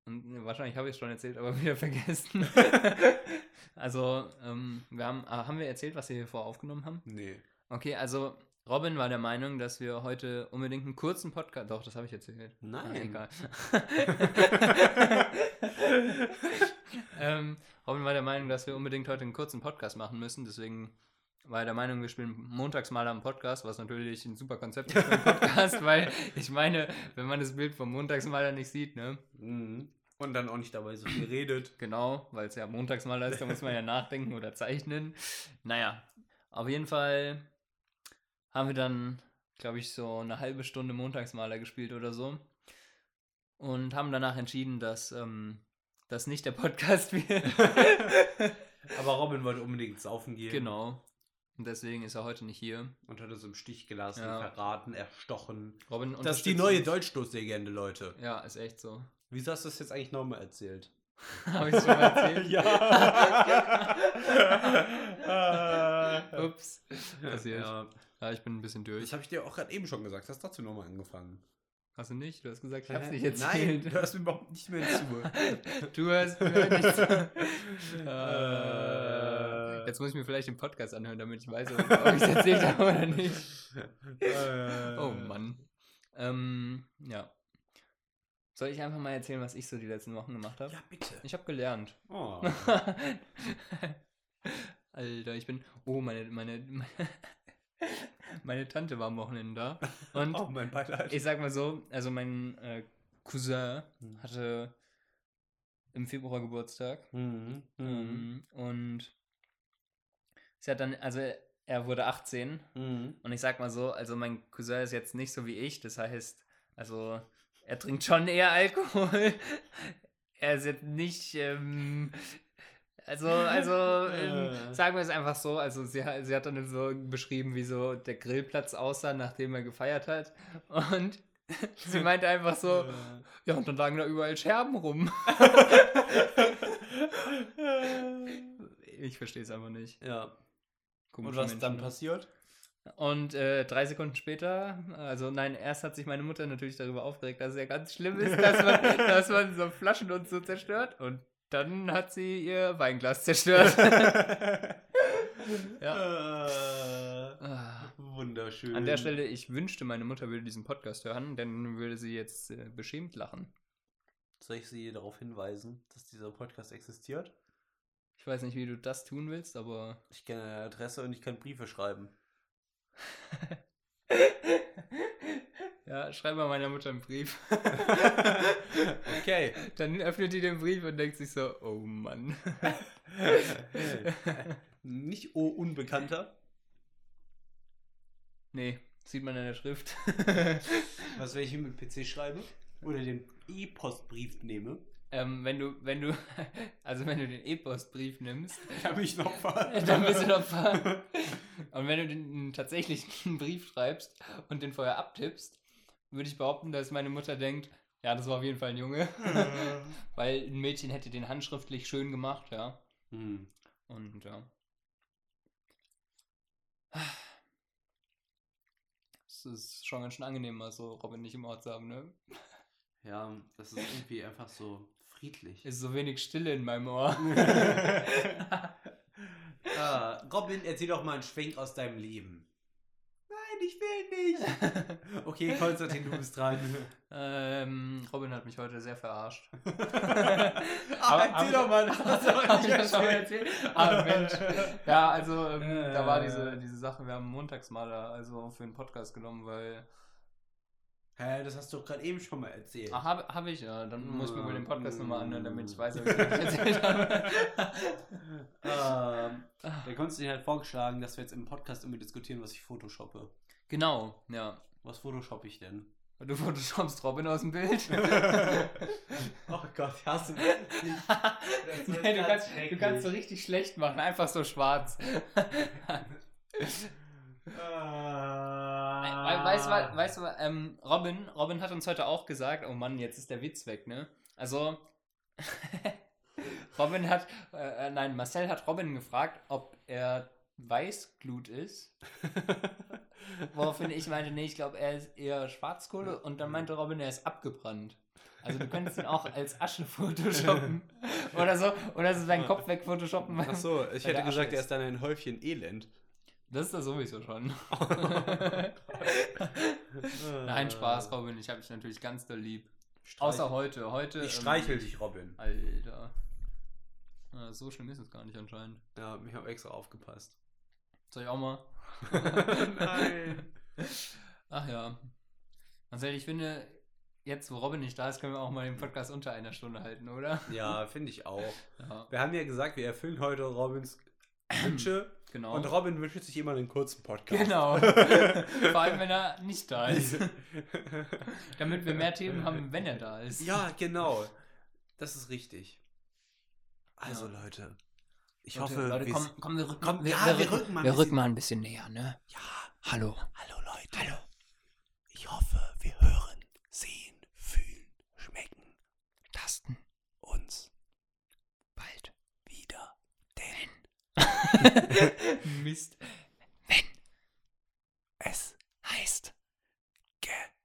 Speaker 3: Und, ne, wahrscheinlich habe ich es schon erzählt, aber wieder vergessen. also, ähm, wir haben, ah, haben wir erzählt, was wir hier vorher aufgenommen haben?
Speaker 2: Nee.
Speaker 3: Okay, also Robin war der Meinung, dass wir heute unbedingt einen kurzen Podcast. Doch, das habe ich erzählt. Ah,
Speaker 2: Nein.
Speaker 3: egal. ähm, Robin war der Meinung, dass wir unbedingt heute einen kurzen Podcast machen müssen. Deswegen war er der Meinung, wir spielen montags mal am Podcast, was natürlich ein super Konzept ist für einen Podcast, weil ich meine, wenn man das Bild vom Montagsmaler nicht sieht, ne?
Speaker 2: Mhm. Und dann auch nicht dabei so viel redet.
Speaker 3: Genau, weil es ja Montagsmaler ist, da muss man ja nachdenken oder zeichnen. Naja, auf jeden Fall haben wir dann, glaube ich, so eine halbe Stunde Montagsmaler gespielt oder so. Und haben danach entschieden, dass ähm, das nicht der Podcast wird.
Speaker 2: Aber Robin wollte unbedingt saufen gehen
Speaker 3: genau. Und deswegen ist er heute nicht hier.
Speaker 2: und hat uns im Stich gelassen,
Speaker 3: Ja.
Speaker 2: verraten, erstochen.
Speaker 3: Robin
Speaker 2: Das ist die
Speaker 3: unterstützt
Speaker 2: neue
Speaker 3: uns.
Speaker 2: Dolchstoßlegende, Leute.
Speaker 3: Ja, ist echt so.
Speaker 2: Wieso hast du das jetzt eigentlich nochmal erzählt?
Speaker 3: Habe ich schon mal erzählt?
Speaker 2: ja.
Speaker 3: Ups. Passiert.
Speaker 2: Ja.
Speaker 3: Ja, ich bin ein bisschen durch.
Speaker 2: Das habe ich dir auch gerade eben schon gesagt. Hast dazu nochmal angefangen.
Speaker 3: Hast du nicht? Du hast gesagt, ich hab's
Speaker 2: Hä?
Speaker 3: nicht erzählt.
Speaker 2: Nein, du hörst mir überhaupt nicht mehr zu.
Speaker 3: Du hörst mir halt nicht zu.
Speaker 2: Äh.
Speaker 3: Äh, Jetzt muss ich mir vielleicht den Podcast anhören, damit ich weiß, ob ob ich es erzählt habe oder nicht.
Speaker 2: Äh.
Speaker 3: Oh Mann. Ähm, ja. Soll ich einfach mal erzählen, was ich so die letzten Wochen gemacht habe?
Speaker 2: Ja, bitte.
Speaker 3: Ich habe gelernt.
Speaker 2: Oh.
Speaker 3: Alter, ich bin. Oh, meine, meine, meine Tante war am Wochenende da. Und
Speaker 2: oh, mein Beileid.
Speaker 3: ich sag mal so, also mein äh, Cousin
Speaker 2: Hm.
Speaker 3: hatte im Februar Geburtstag.
Speaker 2: Mhm. Mhm.
Speaker 3: Ähm, Und sie hat dann, also er wurde 18
Speaker 2: Mhm.
Speaker 3: und ich sag mal so, also mein Cousin ist jetzt nicht so wie ich, das heißt, also er trinkt schon eher Alkohol. er ist jetzt nicht, ähm, also, also, ähm,
Speaker 2: Äh.
Speaker 3: sagen wir es einfach so, also sie, ha- sie hat dann so beschrieben, wie so der Grillplatz aussah, nachdem er gefeiert hat und sie meinte einfach so, ja und dann lagen da überall Scherben rum. ich verstehe es einfach nicht.
Speaker 2: Ja. Und
Speaker 3: Komische
Speaker 2: was dann
Speaker 3: Menschen.
Speaker 2: passiert?
Speaker 3: Und äh, drei Sekunden später, also nein, erst hat sich meine Mutter natürlich darüber aufgeregt, dass es ja ganz schlimm ist, dass man, dass man so Flaschen und so zerstört. Und dann hat sie ihr Weinglas zerstört. ja.
Speaker 2: ja.
Speaker 3: Ah.
Speaker 2: Äh, Wunderschön.
Speaker 3: An der Stelle, ich wünschte, meine Mutter würde diesen Podcast hören, denn würde sie jetzt äh, beschämt lachen.
Speaker 2: Soll ich Sie darauf hinweisen, dass dieser Podcast existiert?
Speaker 3: Ich weiß nicht, wie du das tun willst, aber.
Speaker 2: Ich kenne eine Adresse und ich kann Briefe schreiben.
Speaker 3: ja, schreib mal meiner Mutter einen Brief.
Speaker 2: Okay.
Speaker 3: Dann öffnet die den Brief und denkt sich so, oh Mann.
Speaker 2: Nicht oh Unbekannter.
Speaker 3: Nee, sieht man in der Schrift.
Speaker 2: Was, wenn ich ihn mit PC schreibe? Oder den E-Postbrief nehme?
Speaker 3: ähm, wenn du, wenn du, also wenn du den E-Postbrief nimmst,
Speaker 2: Kann mich noch fahren.
Speaker 3: dann bist du doch fahren. Und wenn du den, den tatsächlichen Brief schreibst und den vorher abtippst, würde ich behaupten, dass meine Mutter denkt, ja, das war auf jeden Fall ein Junge. Weil ein Mädchen hätte den handschriftlich schön gemacht, ja.
Speaker 2: Hm.
Speaker 3: Und ja. Es ist schon ganz schön angenehm, mal so Robin nicht im Ort zu haben, ne?
Speaker 2: Ja, das ist irgendwie einfach so friedlich.
Speaker 3: Ist so wenig Stille in meinem Ohr.
Speaker 2: Ah, Robin, erzähl doch mal einen Schwenk aus deinem Leben. Nein, ich will nicht. Okay, Konstantin, du bist dran.
Speaker 3: ähm, Robin hat mich heute sehr verarscht.
Speaker 2: aber, erzähl doch mal. Das hast du doch
Speaker 3: Hab
Speaker 2: nicht
Speaker 3: ich das schon mal
Speaker 2: erzählt.
Speaker 3: erzählt? Ah, Mensch. Ja, also ähm,
Speaker 2: Äh.
Speaker 3: da war diese, diese Sache, wir haben Montagsmaler also für den Podcast genommen, weil.
Speaker 2: Hä, das hast du doch gerade eben schon mal erzählt.
Speaker 3: Ah, habe hab ich ja.
Speaker 2: Äh,
Speaker 3: Dann muss ich mir wohl den Podcast nochmal anhören, damit ich weiß, was ich erzählt habe.
Speaker 2: ähm, der Konstantin hat vorgeschlagen, dass wir jetzt im Podcast immer diskutieren, was ich photoshoppe.
Speaker 3: genau, ja.
Speaker 2: Was photoshoppe ich denn?
Speaker 3: Du photoshopst Robin aus dem Bild.
Speaker 2: oh Gott, ich hasse das nicht. Das wird
Speaker 3: Nee, du,
Speaker 2: ganz
Speaker 3: kannst, du
Speaker 2: schrecklich.
Speaker 3: kannst so richtig schlecht machen, einfach so schwarz.
Speaker 2: Ah.
Speaker 3: Weißt du, was- weißt du, was, ähm, Robin, Robin hat uns heute auch gesagt, oh Mann, jetzt ist der Witz weg, ne? Also, Robin hat, äh, äh, nein, Marcel hat Robin gefragt, ob er Weißglut ist. Woraufhin ich meinte, nee, ich glaube, er ist eher Schwarzkohle. Und dann meinte Robin, er ist abgebrannt. Also du könntest ihn auch als Asche photoshoppen. oder so. Oder so seinen Kopf weg photoshoppen.
Speaker 2: Ach so, ich
Speaker 3: Weil der
Speaker 2: hätte
Speaker 3: Asche
Speaker 2: gesagt, er
Speaker 3: ist.
Speaker 2: ist dann ein Häufchen Elend.
Speaker 3: Das ist das sowieso schon.
Speaker 2: Äh,
Speaker 3: Nein, Spaß, Robin. Ich habe dich natürlich ganz doll lieb. Außer heute. ähm, Heute.
Speaker 2: Ich streichel dich, Robin.
Speaker 3: Alter. Na, so schlimm ist es gar nicht anscheinend.
Speaker 2: Ja, ich habe extra aufgepasst.
Speaker 3: Soll ich auch mal?
Speaker 2: Nein.
Speaker 3: Ach ja. Marcel, ich finde, jetzt wo Robin nicht da ist, können wir auch mal den Podcast unter einer Stunde halten, oder?
Speaker 2: Ja, finde ich auch.
Speaker 3: Ja,
Speaker 2: Wir haben ja gesagt, wir erfüllen heute Robins Wünsche.
Speaker 3: genau.
Speaker 2: Und Robin wünscht sich immer einen kurzen Podcast.
Speaker 3: Genau. Vor allem, wenn er nicht da ist. Damit wir mehr Themen haben, wenn er da ist.
Speaker 2: Ja, genau. Das ist richtig. Also,
Speaker 3: Ja.
Speaker 2: Leute. Ich
Speaker 3: Leute,
Speaker 2: hoffe,
Speaker 3: äh, Leute,
Speaker 2: wir-
Speaker 3: komm, komm, wir rücken,
Speaker 2: Komm,
Speaker 3: wir,
Speaker 2: ja,
Speaker 3: wir
Speaker 2: wir
Speaker 3: rücken,
Speaker 2: rücken mal ein
Speaker 3: wir
Speaker 2: bisschen-
Speaker 3: rücken mal ein bisschen näher, ne?
Speaker 2: Ja,
Speaker 3: Hallo.
Speaker 2: hallo Leute. Hallo. Ich hoffe, wir hören, sehen, fühlen, schmecken
Speaker 3: Tasten.
Speaker 2: uns
Speaker 3: Bald.
Speaker 2: wieder. Denn
Speaker 3: Mist.
Speaker 2: es heißt Gesundheit.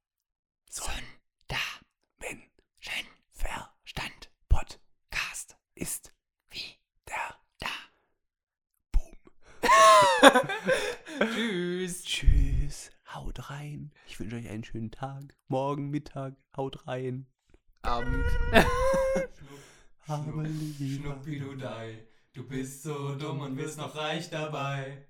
Speaker 2: Verstand. Podcast ist wieder da.
Speaker 3: Tschüss.
Speaker 2: Tschüss. Haut rein. Ich wünsche euch einen schönen Tag. Morgen, Mittag. Haut rein.
Speaker 3: Abend.
Speaker 1: Schnupp,
Speaker 2: Aber
Speaker 1: schnupp,
Speaker 2: lieber-
Speaker 1: schnuppidudei, du bist so dumm und wirst noch reich dabei.